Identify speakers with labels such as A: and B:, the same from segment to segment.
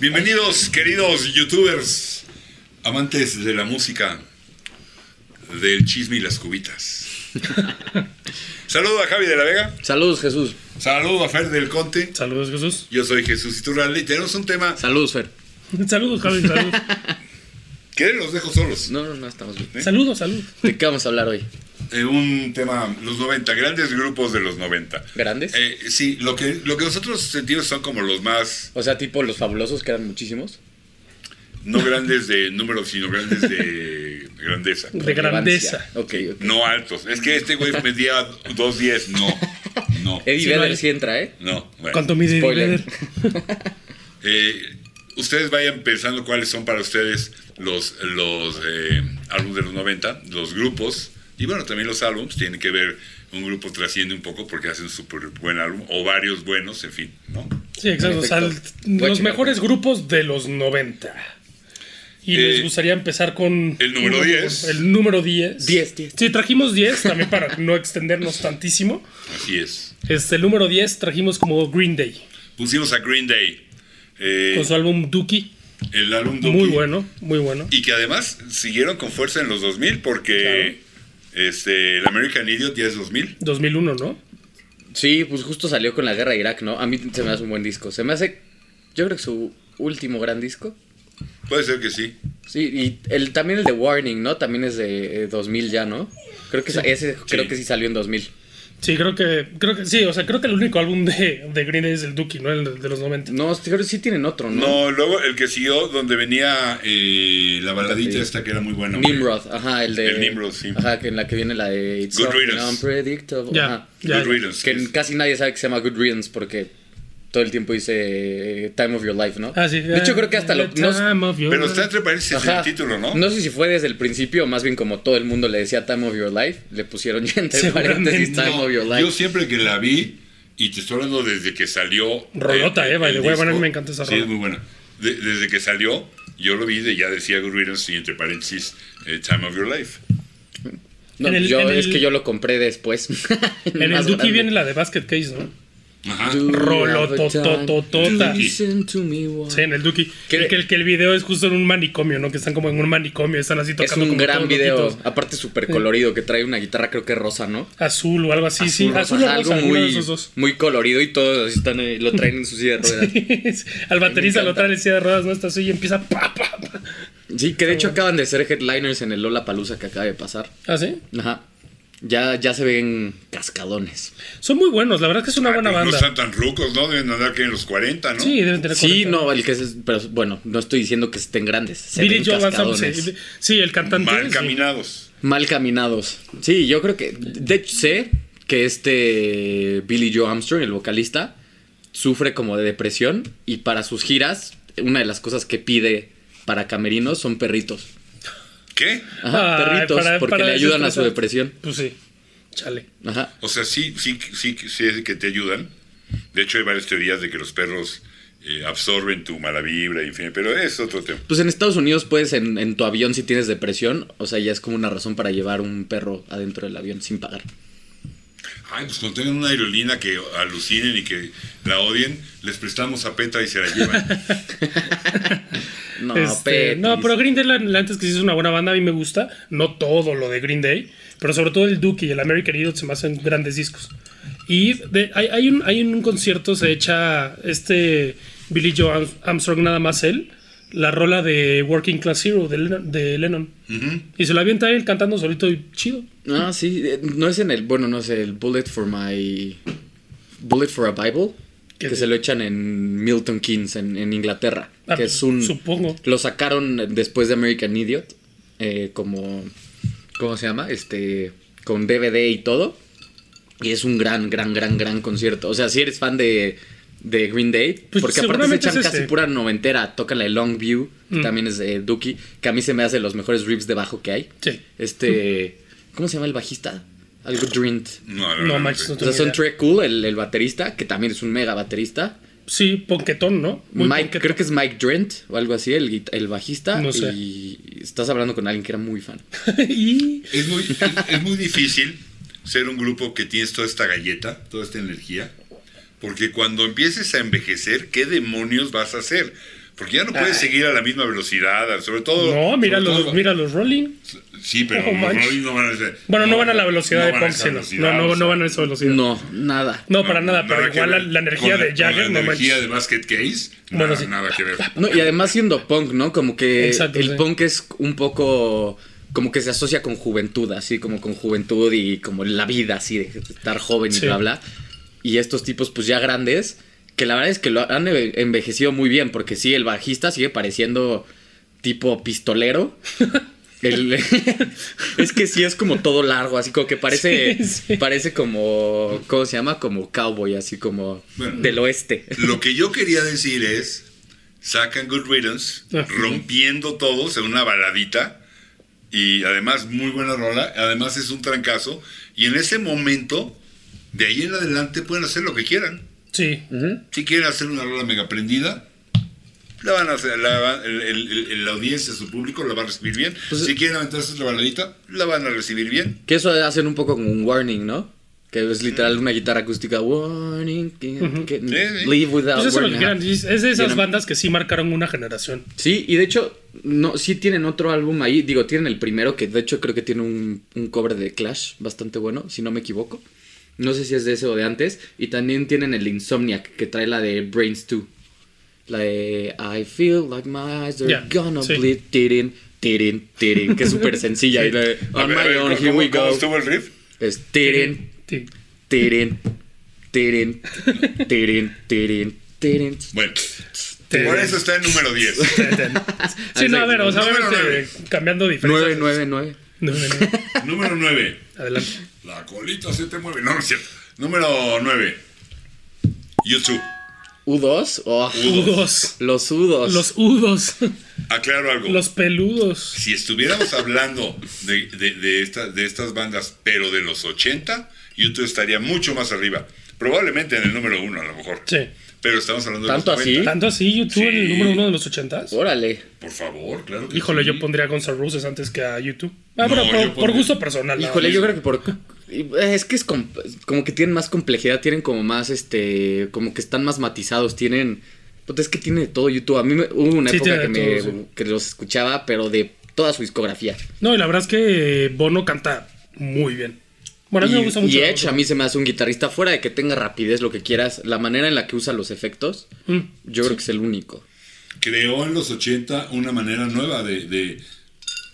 A: Bienvenidos, queridos youtubers, amantes de la música, del chisme y las cubitas. Saludo a Javi de la Vega.
B: Saludos, Jesús.
A: Saludo a Fer del Conte.
C: Saludos, Jesús.
A: Yo soy Jesús Iturralde y tenemos un tema
B: Saludos, Fer.
C: Saludos, Javi. Saludos.
A: que los dejo solos.
B: No, no, no, estamos bien.
C: saludos, saludos.
B: ¿De qué vamos a hablar hoy?
A: Eh, un tema, los 90, grandes grupos de los 90.
B: ¿Grandes?
A: Eh, sí, lo que, lo que nosotros sentimos son como los más,
B: O sea, tipo los fabulosos, que eran muchísimos.
A: no grandes de números, sino grandes de grandeza.
C: De grandeza.
B: Relevancia. Ok, ok.
A: No altos. Es que este güey medía 2.10. No, no,
B: Eddie
C: Sí,
B: Vedder
C: no hay-
B: sí entra, ¿eh?
A: no. bueno.
C: ¿Cuánto mide Eddie
B: Spoiler.
C: Vedder?
A: Eh, ustedes vayan pensando cuáles son para ustedes los, los eh, álbumes de los 90, los grupos, y bueno, también los álbumes, tiene que ver, un grupo trasciende un poco porque hacen un súper buen álbum, o varios buenos, en fin, ¿no?
C: Sí, exacto. O sea, el-
B: Perfecto. Voy a
C: los
B: checar.
C: mejores grupos de los 90. Y
A: Eh,
C: les gustaría empezar con.
A: el número
C: uno,
A: 10.
C: El número 10.
B: 10, 10.
C: Sí, trajimos 10 también para no extendernos tantísimo.
A: Así es.
C: Este, el número 10 trajimos como Green Day.
A: Pusimos a Green Day, eh,
C: Con su álbum Dookie.
A: el álbum
C: Muy
A: Dookie,
C: bueno, muy bueno.
A: Y que además siguieron con fuerza en los 2000 porque este, el American Idiot ya es 2000.
C: 2001, ¿no?
B: Sí, pues justo salió con la guerra de Irak, ¿no? A mí se me hace un buen disco. Se me hace, yo creo que su último gran disco.
A: Puede ser que sí.
B: Sí, y el, también el de Warning, ¿no? También es de eh, 2000 ya, ¿no? Creo que sa- ese creo que sí salió en 2000.
C: Sí, creo que, creo que sí, o sea, creo que el único álbum de, de Green Day es el Dookie, ¿no? El de los 90.
B: No, sí, creo que sí tienen otro, ¿no?
A: No, luego el que siguió, donde venía eh, la baladita esta que era muy buena.
B: Nimrod, ajá, el de...
A: El Nimrod, sí.
B: Ajá, que en la que viene la de... It's
A: Good
B: something
A: Riddance.
B: Unpredictable.
C: Ya,
B: Ajá.
C: ya,
A: Good
C: ya.
A: Riddance,
B: Que
A: que es-
B: casi nadie sabe que se llama Good Riddance porque todo el tiempo dice eh, Time of Your Life, ¿no?
C: Ah, sí.
B: De hecho, creo que hasta lo...
C: The
B: no-
C: time of your
A: Pero
C: life.
A: está entre paréntesis
B: ajá.
A: el título, ¿no?
B: sé si fue desde el principio, o más bien como todo el mundo le decía Time of Your Life, le pusieron ya entre
C: Seguramente
B: paréntesis Time
A: No,
B: of Your Life.
A: Yo siempre que la vi, y te estoy hablando desde que salió.
C: Rolota, eh, by
A: el
C: the way, bueno, a mí
A: disco.
C: me encanta esa
A: Sí,
C: rola.
A: es muy buena. De- desde que salió, yo lo vi, de, ya decía Good Riddance y entre paréntesis eh, Time of Your Life.
B: No,
C: En el-
B: yo-
C: en
B: es
C: el-
B: que yo lo compré después.
C: En el Dookie viene la de Basket Case, ¿no?
A: Ajá.
C: Rolotototota.
B: Listen to me, wow.
C: tota. Sí, en el Duki.
B: ¿Qué?
C: El Que el, que el video es justo en un manicomio, ¿no? Que están como en un manicomio, están así
B: Es
C: tocando
B: un
C: como
B: gran
C: todos
B: video,
C: loquitos.
B: aparte súper colorido, que trae una guitarra creo que rosa, ¿no?
C: Azul o algo así, sí.
B: rosa,
C: Azul o
B: ajá,
C: rosa,
B: algo
C: alguno de
B: muy,
C: esos dos.
B: muy colorido y todos así están, ahí, lo traen en su silla de ruedas.
C: Al baterista lo
B: encanta.
C: trae en silla de ruedas, ¿no? Está así y empieza pa, pa, pa.
B: Sí, que de hecho acaban de ser headliners en el Lola Palusa que acaba de pasar.
C: ¿Ah, sí?
B: Ajá. Ya, ya se ven cascadones.
C: Son muy buenos, la verdad es que es una
A: Ah,
C: buena
A: pues No
C: banda.
A: están tan rucos, ¿no? Deben andar que en los 40, ¿no?
C: Sí, deben tener
B: Sí,
C: 40.
B: no, el que es, pero bueno, no estoy diciendo que estén grandes. Se
C: Billy
B: ven
C: Joe Van Sam,
B: cascadones.
C: sí, sí, el cantante.
A: Mal
C: sí.
A: caminados.
B: Mal caminados. Sí, yo creo que. De hecho, sé que este Billy Joe Armstrong, el vocalista, sufre como de depresión y para sus giras, una de las cosas que pide para camerinos son perritos.
A: ¿Qué?
B: Ajá,
C: Ay,
B: perritos,
C: para-
B: porque
C: para
B: le ayudan a su
C: desestresar.
B: depresión.
C: Pues sí. Chale.
B: Ajá.
A: O sea, sí, sí, sí, sí es que te ayudan. De hecho, hay varias teorías de que los perros eh, absorben tu mala vibra, en fin, pero es otro tema.
B: Pues en Estados Unidos, pues en, en tu avión, si tienes depresión, o sea, ya es como una razón para llevar un perro adentro del avión sin pagar.
A: Ay, pues cuando tengan una aerolínea que alucinen y que la odien, les prestamos a Petra y se la llevan.
B: No,
C: Este,
B: Petis.
C: no, pero Green Day, la, la antes que sí es una buena banda, a mí me gusta. No todo lo de Green Day, pero sobre todo el Duke y el American Idiot se me hacen grandes discos. Y de- hay, hay un, hay un concierto, se echa este Billy Joe Arm- Armstrong, nada más él, la rola de Working Class Hero de Lennon. de Lennon. Y se la avienta él cantando solito y chido.
B: Ah, sí, eh, no es en el, bueno, no sé, el Bullet for My... Bullet for a Bible,
C: ¿Qué
B: que
C: es?
B: se lo echan en Milton Keynes, en, en Inglaterra,
C: Ah,
B: que es un...
C: supongo.
B: Lo sacaron después de American Idiot, eh, como... ¿Cómo se llama? Este... Con DVD y todo. Y es un gran, gran, gran, gran concierto. O sea, si eres fan de, de Green Day,
C: Pues
B: porque aparte se
C: seguramente
B: echan
C: es
B: casi
C: este. Mm.
B: pura noventera, tocan la de Longview, que también es de Dookie, que a mí se me hace los mejores riffs de bajo que hay.
C: Sí.
B: Este. ¿Cómo se llama el bajista? Algo Drint.
A: No, la verdad,
C: No, Max,
A: sé.
C: no
B: O sea,
C: tengo
B: son
C: idea.
B: Trey Cool, el, el baterista, que también es un mega baterista.
C: Sí, ponquetón, ¿no? Muy
B: Mike,
C: ponquetón.
B: creo que es Mike Drent o algo así, el, guit- el bajista.
C: No sé.
B: Y estás hablando con alguien que era muy fan.
C: y
A: es, muy, es- es muy difícil ser un grupo que tienes toda esta galleta, toda esta energía, porque cuando empieces a envejecer, ¿qué demonios vas a hacer? Porque ya no puedes seguir a la misma velocidad, sobre todo.
C: No, mira
A: sobre
C: los,
A: todo-
C: mira los Rolling.
A: Sí, pero
C: Oh,
A: los
C: manches.
A: Rolling no van a ser-
C: Bueno, no, van a la velocidad
A: no
C: de
A: van a
C: Punk
A: esa
C: Celo.
A: velocidad,
C: No, no,
A: o
C: no
A: sea,
C: van a esa velocidad. No,
B: No, nada.
C: para nada, pero
A: que
C: igual la,
A: ver.
C: la energía
A: Con la-
C: de Jagger
A: con
C: no
A: la energía
C: manches.
A: de Basket Case,
C: Bueno,
A: nada,
C: sí.
A: nada que ver.
B: No, y además siendo punk, ¿no? Como que
C: Exacto,
B: el
C: sí.
B: punk es un poco como que se asocia con juventud, así como con juventud y como la vida, así de estar joven y
C: Sí.
B: bla bla. Y estos tipos pues ya grandes, que la verdad es que lo han enve- envejecido muy bien, porque sí, el bajista sigue pareciendo tipo pistolero. El- es que sí es como todo largo, así como que parece
C: Sí, sí.
B: parece como ¿cómo se llama? como cowboy, así como
A: Bueno.
B: del oeste.
A: Lo que yo quería decir es, sacan Good Riddance,
C: Ajá.
A: rompiendo todos en una baladita, y además muy buena rola, además es un trancazo, y en ese momento, de ahí en adelante pueden hacer lo que quieran.
C: Sí.
A: Si quieren hacer una rola mega prendida, la van a hacer, la, va- el- el- el- la audiencia, su público la va a recibir bien.
B: Pues-
A: si quieren aventarse la baladita, la van a recibir bien.
B: Que eso hacen un poco como un warning, ¿no? Que es literal una guitarra acústica. Warning. que- que-
A: Sí, sí.
B: Live without
C: Pues eso es lo que
B: warning.
C: quieran.
B: ajá.
C: Es es de esas
B: Bien,
C: bandas que sí marcaron una generación.
B: Sí, y de hecho, no, sí tienen otro álbum ahí. Digo, tienen el primero, que de hecho creo que tiene un, un cover de Clash bastante bueno, si no me equivoco. No sé si es de ese o de antes. Y también tienen el Insomniac, que trae la de Brains 2. La de I feel like my eyes are
C: Ya,
B: gonna
C: sí.
B: bleed. Tirin, tirin, tirin. Que es súper sencilla. Y la de
A: A
B: On
A: ver, a ver,
B: my own, here
A: ¿cómo-
B: we
A: cómo
B: go.
A: estuvo el riff?
B: Es tirin,
C: Sí.
B: Tirin, tirin, tirin, tirin, tirin.
A: Bueno,
C: Te-
A: por eso está el número 10.
C: Sí, no, a ver, o sea,
A: Número
C: obviamente, cambiando diferencias.
B: 999.
C: Nueve, nueve.
A: número 9.
C: Adelante.
A: La colita se te mueve. No, no es cierto. Número 9. YouTube.
B: ¿U2? Oh,
C: Udos.
B: los U2.
C: Los udos.
A: Aclaro algo.
C: Los peludos.
A: Si estuviéramos hablando de, de- de esta- de estas bandas, pero de los 80, YouTube estaría mucho más arriba. Probablemente en el número 1, a lo mejor.
C: Sí.
A: Pero estamos hablando de
B: ¿Tanto
A: los
B: así?
A: 90.
C: Tanto así, YouTube en el
A: Sí.
C: número uno de los ochentas.
B: Órale.
A: Por favor, claro que
C: Híjole,
A: sí.
C: yo pondría a Guns N' Roses antes que a YouTube. Ah,
A: No,
C: bueno,
A: yo
C: por,
A: pondría-
C: por gusto personal. nada
B: Híjole,
C: más.
B: yo creo que por. Es que es com- como que tienen más complejidad, tienen como más este. Como que están más matizados, tienen. Pues es que tiene de todo YouTube. A mí me- hubo una
C: Sí,
B: época que,
C: tiene de
B: me,
C: todo, sí.
B: que los escuchaba, pero de toda su discografía.
C: No, y la verdad es que Bono canta muy bien. Bueno, a mí
B: y,
C: me gusta mucho.
B: y Edge a mí se me hace un guitarrista fuera de que tenga rapidez, lo que quieras, la manera en la que usa los efectos,
C: Mm.
B: yo creo que es el único.
A: creó en los 80 una manera nueva de, de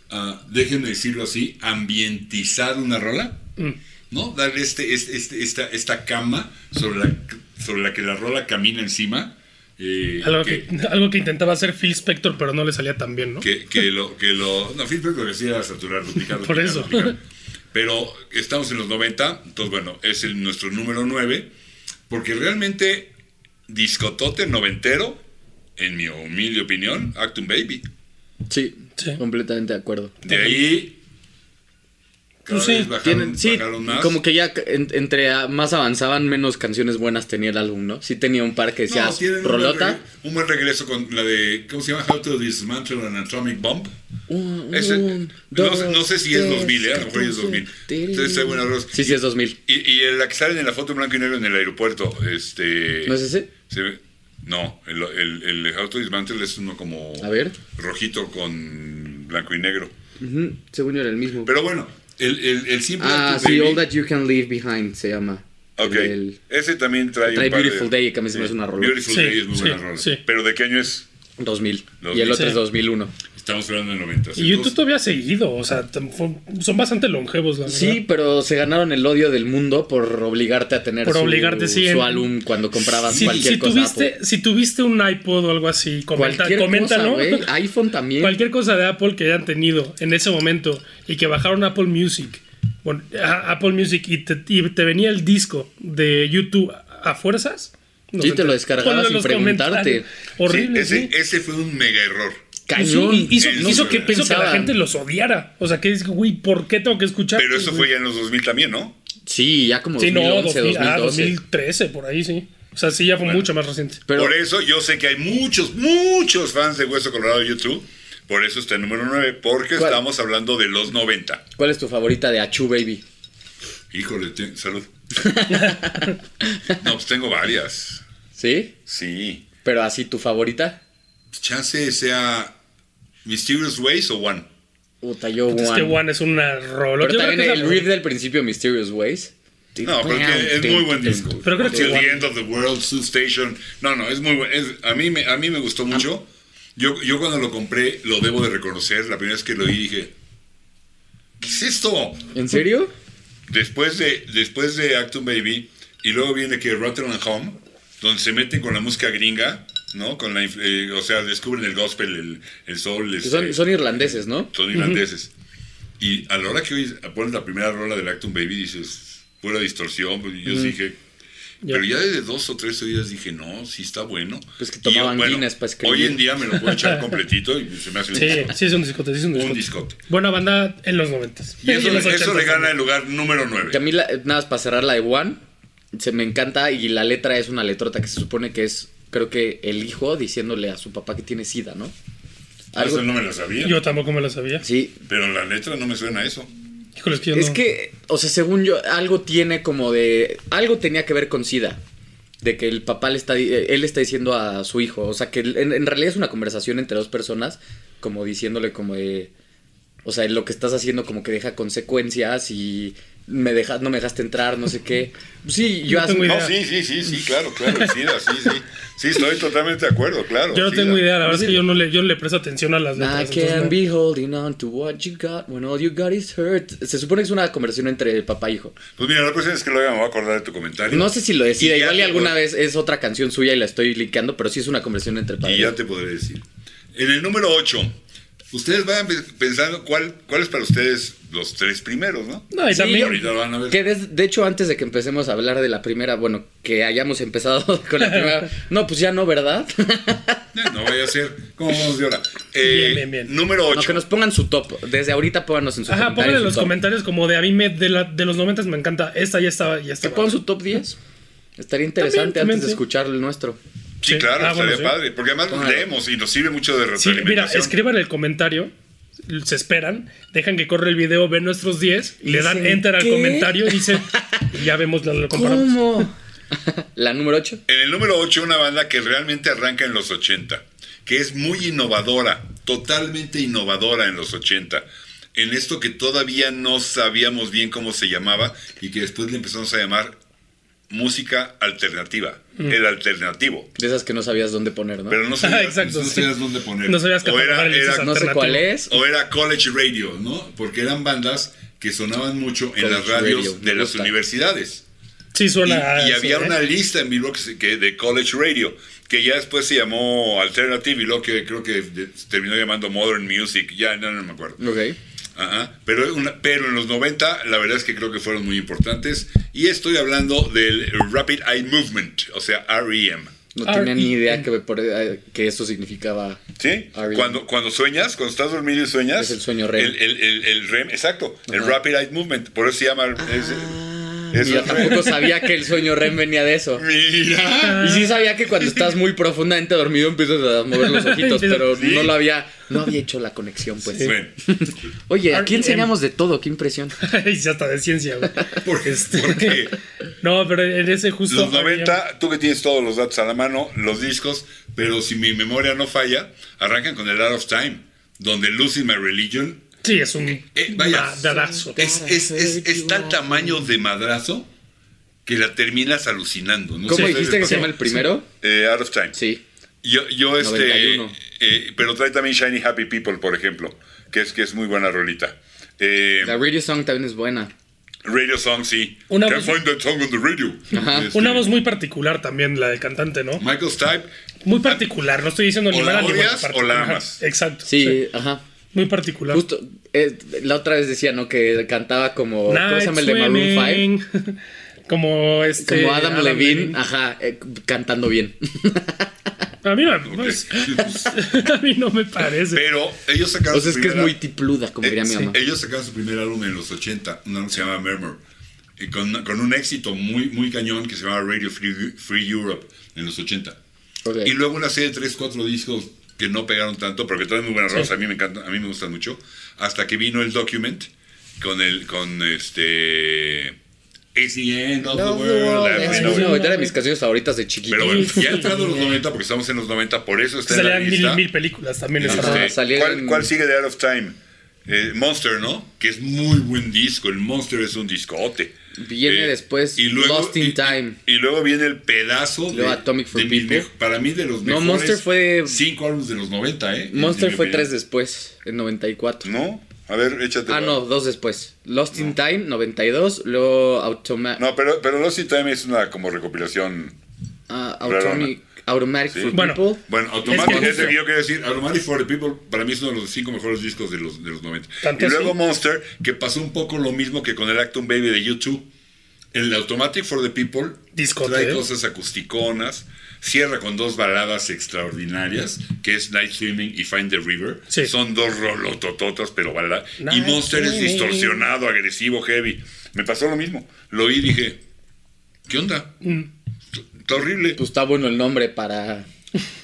A: ah, déjenme decirlo así, ambientizar una rola,
C: Mm.
A: ¿no? Darle este, este- este- esta, esta cama sobre la, sobre la que la rola camina encima. eh,
C: Algo
A: que,
C: que, algo que intentaba hacer Phil Spector, pero no le salía tan bien, ¿no?
A: que, que lo, que lo... No, Phil Spector decía saturar, duplicar,
C: Por
A: duplicar,
C: eso.
A: duplicar. Pero estamos en los 90, entonces bueno, es el- nuestro número 9, porque realmente discotote noventero, en mi humilde opinión, Actum Baby.
B: Sí,
C: Sí.
B: completamente de acuerdo.
A: De ahí. Cada
C: Pues sí,
A: vez bajaron,
B: Tienen, sí,
A: bajaron más.
B: como que ya en- entre ah, más avanzaban, menos canciones buenas tenía el álbum, ¿no? Sí tenía un par que
A: No,
B: decías,
A: tienen un buen
B: Rolota.
A: regre- Un buen regreso con la de. ¿Cómo se llama? How to Dismantle an Atomic Bomb.
B: un,
A: Ese-
B: un,
A: no,
B: dos,
A: sé- no sé si es
B: tres,
A: 2000, eh, a lo mejor es 2000.
B: catorce,
A: Entonces, hay buena rosa.
B: Sí, sí, es 2000.
A: Y, y la que sale en la foto en blanco y negro en el aeropuerto. Este,
B: ¿No es ese?
A: se ve- no, el, el, el de How to Dismantle es uno como.
B: A ver.
A: Rojito con blanco y negro.
B: Ujú, según yo era el mismo.
A: Pero bueno, el, el, el simple.
B: ah,
A: Actus
B: sí,
A: Baby-
B: All That You Can Leave Behind se llama.
A: Ok.
B: El-
A: Ese también trae.
B: Trae
A: un par
B: Beautiful
A: de-
B: Day, que a mí se me hace una rola.
A: Beautiful
C: Sí,
A: Day es muy
C: sí,
A: buena rola.
C: sí.
A: Pero ¿de qué año es?
B: 2000. Y
A: 2000.
B: el otro
C: Sí.
B: es 2001.
A: Estamos hablando de 90.
C: Y YouTube todavía ha seguido, o sea, tam- fue- son bastante longevos, la
B: Sí,
C: verdad.
B: pero se ganaron el odio del mundo por obligarte a tener
C: Por
B: su,
C: obligarte, sí,
B: su
C: en-
B: álbum cuando comprabas
C: Si,
B: cualquier
C: si
B: cosa.
C: tuviste,
B: Apple.
C: si tuviste un iPod o algo así, comenta-
B: cualquier
C: coméntalo.
B: cosa, güey. iPhone también.
C: Cualquier cosa de Apple que hayan tenido en ese momento y que bajaron Apple Music, bueno, a- Apple Music y te, y te venía el disco de YouTube a a fuerzas. nos
B: Sí, te lo
C: enteramos.
B: descargabas
C: Ponlo en
B: sin
C: los
B: preguntarte.
C: comentarios. Horrible,
A: ese,
C: sí.
A: ese fue un mega error.
B: Cañón.
C: Pues Sí, hizo,
A: Eso
C: hizo
A: es
C: que,
A: verdad.
C: hizo que la
B: Pensaban.
C: gente los odiara. O sea, que es, güey, ¿por qué tengo que escuchar?
A: Pero eso fue ya en los 2000 también, ¿no?
B: Sí, ya como
C: Sí, no,
B: 2011,
C: 2000, ah,
B: 2012.
C: 2013, por ahí, sí. O sea, sí, ya fue mucho más reciente.
B: Pero
A: por eso yo sé que hay muchos, muchos fans de Hueso Colorado de YouTube. Por eso está el número 9, porque
B: ¿Cuál?
A: estamos hablando de los 90.
B: ¿cuál es tu favorita de Achu Baby?
A: Híjole, te- salud. no, pues tengo varias.
B: ¿Sí?
A: Sí.
B: Pero así tu favorita.
A: Chance sea Mysterious Ways o One.
B: Puta, yo
C: Es que
B: One.
C: One es una rola.
B: Pero
C: Yo creo
B: también
C: que es
B: el
C: la-
B: riff del principio, Mysterious Ways.
A: No, pero que es muy buen disco.
C: Pero creo que
A: Till
C: One-
A: the End of the World, Soup Station. No, no, es muy bueno. a, mí me, a mí me
B: Ah.
A: gustó mucho. Yo, yo cuando lo compré, lo debo de reconocer. La primera vez que lo oí dije, ¿qué es esto?
B: ¿En serio?
A: Después de, después de Actum Baby, y luego viene que Rotten and Home, donde se meten con la música gringa, ¿no? Con la, inf- eh, o sea, descubren el gospel, el, el soul.
B: Que Son,
A: este,
B: son irlandeses, ¿no?
A: son irlandeses. Y a la hora que oyes- pones la primera rola del Actum Baby, dices, pura distorsión. pues, y yo dije, pero ya desde dos o tres oídas dije, no, sí está bueno.
B: Pues que
A: Y,
B: tomaban Guinness para escribir.
A: Hoy en día me lo puedo echar completito y se me hace un,
C: Sí,
A: discote,
C: sí es un discote, sí es un
A: un
C: discote.
A: discote.
C: Buena banda en los noventas.
A: Y eso,
C: en los
A: eso le
C: ochentas
A: gana
C: también.
A: el lugar número
B: Que
A: 9.
B: a mí, la- nada más para cerrar la de One, se me encanta y la letra es una letrota que se supone que es, creo que el hijo diciéndole a su papá que tiene sida, ¿no? Algo,
A: Ah, Eso no me lo sabía.
C: Yo tampoco me la sabía.
B: Sí.
A: Pero la letra no me suena a eso.
C: Híjole, es que yo
B: Es
C: no-
B: que, o sea, según yo, algo tiene como de. Algo tenía que ver con sida. De que el papá le está. di- eh, Él le está diciendo a su hijo. O sea, que en, en realidad es una conversación entre dos personas. Como diciéndole, como de. O sea, lo que estás haciendo como que deja consecuencias y me dejas, no me dejaste entrar, no sé qué. Sí, yo
C: No tengo
B: as-
A: No,
C: idea.
A: sí, sí, sí, sí, claro, claro, el SIDA, sí, sí. Sí, estoy totalmente de acuerdo, claro.
C: Yo no
A: SIDA.
C: tengo idea, la verdad es que yo no le, yo no le presto atención a las
B: I
C: letras. entonces
B: can't
C: no.
B: be holding on to what you got when all you got is hurt. Se supone que es una conversación entre papá e hijo.
A: Pues mira, la próxima vez que lo haga me voy a acordar de tu comentario.
B: No sé si lo decida,
A: Y ya
B: igual y
A: te
B: alguna
A: pod-
B: vez es otra canción suya y la estoy liqueando, pero sí es una conversación entre
A: Y
B: padres.
A: ya te podré decir. En el número 8, ustedes vayan pe- pensando cuál, cuál es para ustedes los tres primeros, ¿no?
C: No, y
B: Sí,
C: también.
A: Ahorita lo van a ver.
B: Que des- de hecho, antes de que empecemos a hablar de la primera, bueno, que hayamos empezado con la primera. No, pues ya no, ¿verdad?
A: Eh, No vaya a ser. ¿Cómo vamos de hora? Eh,
C: Bien, bien, bien.
A: Número 8.
B: No, que nos pongan su top. Desde ahorita pónganos en su
C: Ajá,
B: comentario
C: pónganle en
B: su
C: los
B: top.
C: comentarios como de a mí me, de, la, de los noventas me encanta. Esta ya estaba, ya
B: Que
C: estaba.
B: pongan su top 10. Estaría interesante
C: También, también,
B: antes de
C: sí.
B: escuchar el nuestro.
A: Sí,
C: Sí.
A: claro,
C: Ah, bueno,
A: estaría
C: sí.
A: padre. Porque además nos
B: Claro.
A: leemos y nos sirve mucho de
C: Sí, mira,
A: retroalimentación.
C: escriban el comentario, se esperan, dejan que corre el video, ven nuestros 10, le dan
B: Dicen,
C: enter al
B: ¿qué?
C: comentario y dicen, ya vemos, lo, lo comparamos.
B: ¿Cómo? la número 8.
A: En el número 8, una banda que realmente arranca en los 80, que es muy innovadora, totalmente innovadora en los 80, en esto que todavía no sabíamos bien cómo se llamaba y que después le empezamos a llamar música alternativa, el alternativo.
B: De esas que no sabías dónde poner, ¿no?
A: Pero no sabías,
C: Exacto,
A: no
C: sí.
A: sabías dónde poner.
C: No sabías
A: o era,
C: catalogar el
A: era-
C: César.
B: no sé cuál
C: alternativo.
B: es.
A: o era College Radio, ¿no? Porque eran bandas que sonaban mucho en las
B: College
A: radios
B: Radio,
A: de
B: me
A: las
B: gusta.
A: universidades.
C: Sí,
A: Y,
C: suena. a
A: y
C: eso,
A: había
C: ¿eh?
A: una lista en Bilbao que, se- que- de College Radio, que ya después se llamó Alternative y luego que creo que de- se terminó llamando Modern Music, ya no, no me acuerdo.
B: Ok.
A: Ajá. Pero, una- pero en los 90 la verdad es que creo que fueron muy importantes y estoy hablando del Rapid Eye Movement, o sea, E REM.
B: No
C: R.E.M..
B: tenía ni idea que, por- eh, que eso significaba.
A: ¿Sí?
B: R.E.M..
A: Cuando, cuando sueñas, cuando estás dormido y sueñas.
B: E Es el sueño REM.
A: El, el- el- el REM, exacto. El
B: Ajá.
A: Rapid Eye Movement. Por eso se llama. es- es
B: Y yo
A: el REM.
B: tampoco sabía que el sueño REM venía de eso.
A: Mira.
B: Y sí sabía que cuando estás muy profundamente dormido empiezas a mover los ojitos, pero
A: Sí.
B: no lo había, no había hecho la conexión, pues.
A: Bueno,
B: Oye, aquí
C: R.E.M..
B: enseñamos de todo, qué impresión.
C: y ya está de ciencia, güey.
A: porque, porque
C: No, pero en ese justo.
A: los 90, tú que tienes todos los datos a la mano, los discos, pero si mi memoria no falla, arrancan con el Out of Time, donde Lucy My Religion
C: Sí, es un
A: Eh, vaya.
C: madrazo.
A: es, es, es, es tal tamaño de madrazo que la terminas alucinando. No sé
B: ¿Cómo
A: si
B: dijiste que
A: les
B: se llama
A: pasó.
B: el primero?
A: Eh, Out of Time.
B: Sí.
A: Yo, yo este.
B: 91.
A: eh, pero trae también Shiny Happy People, por ejemplo, que es, que es muy buena rolita. Eh,
B: La radio song también es buena.
A: radio Song, sí.
C: Una
A: Can't
C: voz-
A: find that song on the radio.
B: Ajá.
A: Este,
C: Una voz muy particular también, la del cantante, ¿no?
A: Michael Stipe.
C: Muy particular, no estoy diciendo
A: O
C: ni
A: la
C: mala ni buena
A: odias
C: parte.
A: o la
C: Ajá,
A: amas.
C: Exacto.
B: Sí, ajá.
C: Muy particular.
B: Justo, eh, la otra vez decía, ¿no? Que cantaba como. ¿Cómo se llama el de Maroon 5?
C: 5? Como este.
B: Como Adam, Levine, ajá, eh, cantando bien. Ah.
C: A mí, no, pues, a mí no me parece.
A: Pero ellos sacaron
B: O sea, es
A: su
B: que es
A: primera-
B: muy tipluda, como
A: eh,
B: diría mi
A: sí,
B: mamá.
A: Ellos sacaron su primer álbum en los 80, un álbum que se llama Murmur, y con, con un éxito muy, muy cañón que se llama Radio Free, Free Europe en los 80.
B: Ok.
A: eh, Y luego una serie de 3, 4 discos que no pegaron tanto, pero que traen muy buenas rolas, a mí me encantan, a mí me gustan mucho, hasta que vino el Document con el con este It's the end of the
D: Of the
A: world.
D: world,
A: la
D: es
A: reina
D: Sí,
B: No,
D: no,
A: Isabel.
D: bueno.
B: era de mis canciones favoritas de chiquito.
A: Pero bueno, ya
C: Sí.
A: entrando a los 90, porque estamos en los 90, por eso está en la
C: Pues Salían mil,
A: lista.
C: mil películas también. esa
A: Este,
C: rola.
B: Ah, salieron-
A: ¿cuál, cuál sigue de Out of Time? Eh, Monster, ¿no? Que es muy buen disco. El Monster es un discote.
B: Viene
A: Eh,
B: después Lost in
A: y- y-
B: Time.
A: Y, luego viene el pedazo
B: Luego Atomic for
A: de mis
B: People.
A: mejo- para mí de los
B: No,
A: mejores.
B: Monster fue-
A: Cinco álbumes de los 90, ¿eh?
B: Monster fue tres
A: de...
B: después, en 94.
A: ¿No? A ver, échate.
B: Ah, no, dos después. Lost in Time, 92. Luego Automa
A: No, pero, pero Lost in Time es una como recopilación.
B: ah,
A: rarona.
B: Automic- Automatic
A: Sí.
B: for
C: Bueno,
B: People.
A: Bueno, Automatic, es,
C: que-
A: el que yo quería decir. Automatic for the People para mí es uno de los cinco mejores discos de los, de los 90.
C: Tanto
A: Y luego
C: así.
A: Monster, que pasó un poco lo mismo que con el Acton Baby de YouTube. El Automatic for the People
C: Discote,
A: trae
C: ¿eh?
A: cosas acusticonas, cierra con dos baladas extraordinarias, que es Night Swimming y Find the River.
C: Sí.
A: Son dos rolotototas, pero balada. Y
C: Night
A: Monster es
C: Swimming.
A: distorsionado, agresivo, heavy. Me pasó lo mismo. Lo oí y dije, ¿qué onda?
C: Mm.
A: Está horrible
B: Pues está bueno el nombre para.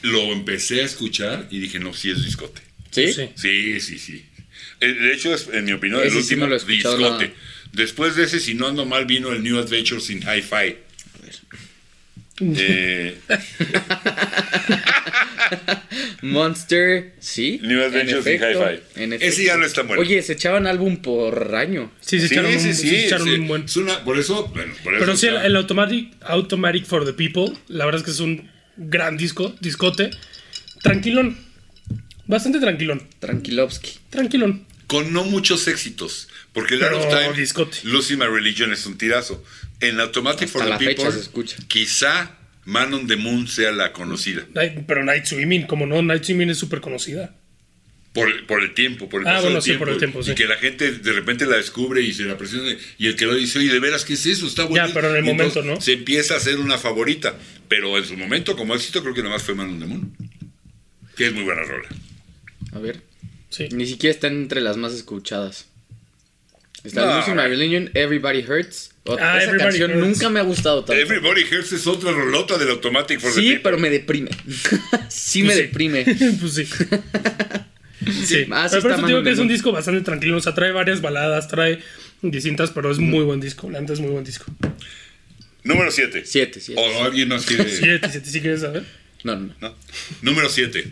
A: lo empecé a escuchar y dije, no, sí es discote.
B: ¿Sí?
C: Sí.
A: Sí, sí, sí. Eh, De hecho, es, en mi opinión, el
B: Ese sí
A: último
B: no lo he escuchado,
A: discote. Después de ese, si no ando mal, vino el New Adventures in Hi-Fi. Eh,
B: Monster, sí.
A: New
B: en
A: Adventures in
B: efecto,
A: Hi-Fi.
B: en
A: Ese
B: efecto.
A: ya no está bueno.
B: Oye, se echaban álbum por año.
C: Sí, se
A: sí,
C: echaron, un,
A: sí,
C: sí
A: sí,
C: se echaron
A: sí.
C: un buen.
A: Es una- por eso, bueno, por eso
C: Pero sí, el,
A: está-
C: el automatic, automatic for the People, la verdad es que es un gran disco, discote. Tranquilón. Bastante tranquilón.
B: Tranquilovsky.
C: Tranquilón.
A: con no muchos éxitos. Porque el Out
C: Pero
A: of Time,
C: discote.
A: Lucy My Religion es un tirazo. En Automatic
B: Hasta
A: for the
B: la
A: People,
B: fecha se escucha.
A: quizá Man on the Moon sea la conocida.
C: Night- Pero Night Swimming, como no, Night Swimming es súper conocida.
A: Por, por el tiempo, por el
C: Ah,
A: paso
C: bueno,
A: del
C: sí,
A: tiempo.
C: por el tiempo, sí.
A: Y que la gente de repente la descubre y se la presiona. Y el que lo dice, oye, de veras, ¿qué es eso? Está bueno.
C: pero en el
A: Y entonces
C: momento, ¿no?
A: Se empieza a hacer una favorita. Pero en su momento, como éxito, creo que nada más fue Man on the Moon. Que es muy buena rola.
B: A ver.
C: Sí.
B: Ni siquiera están entre las más escuchadas. Está
A: No.
B: Lucy My Religion, Everybody Hurts. O-
C: Ah,
B: esa
C: Everybody
B: canción
C: Hurts.
B: nunca me ha gustado tanto.
A: Everybody Hurts es otra rolota del Automatic for the
B: Sí,
A: People.
B: pero me deprime. sí me
C: Pues sí.
B: deprime.
C: pues sí. Sí,
B: Ah, sí
C: pero
B: está
C: por eso te digo
B: Mano
C: que es un
B: Menor.
C: disco bastante tranquilo. O sea, trae varias baladas, trae distintas, pero es
A: Mm.
C: muy buen disco. La neta es muy buen disco.
A: Número 7.
B: Siete, siete.
A: O alguien más quiere.
C: Siete, siete, si quieres saber.
B: No, no, no.
A: ¿no? Número 7.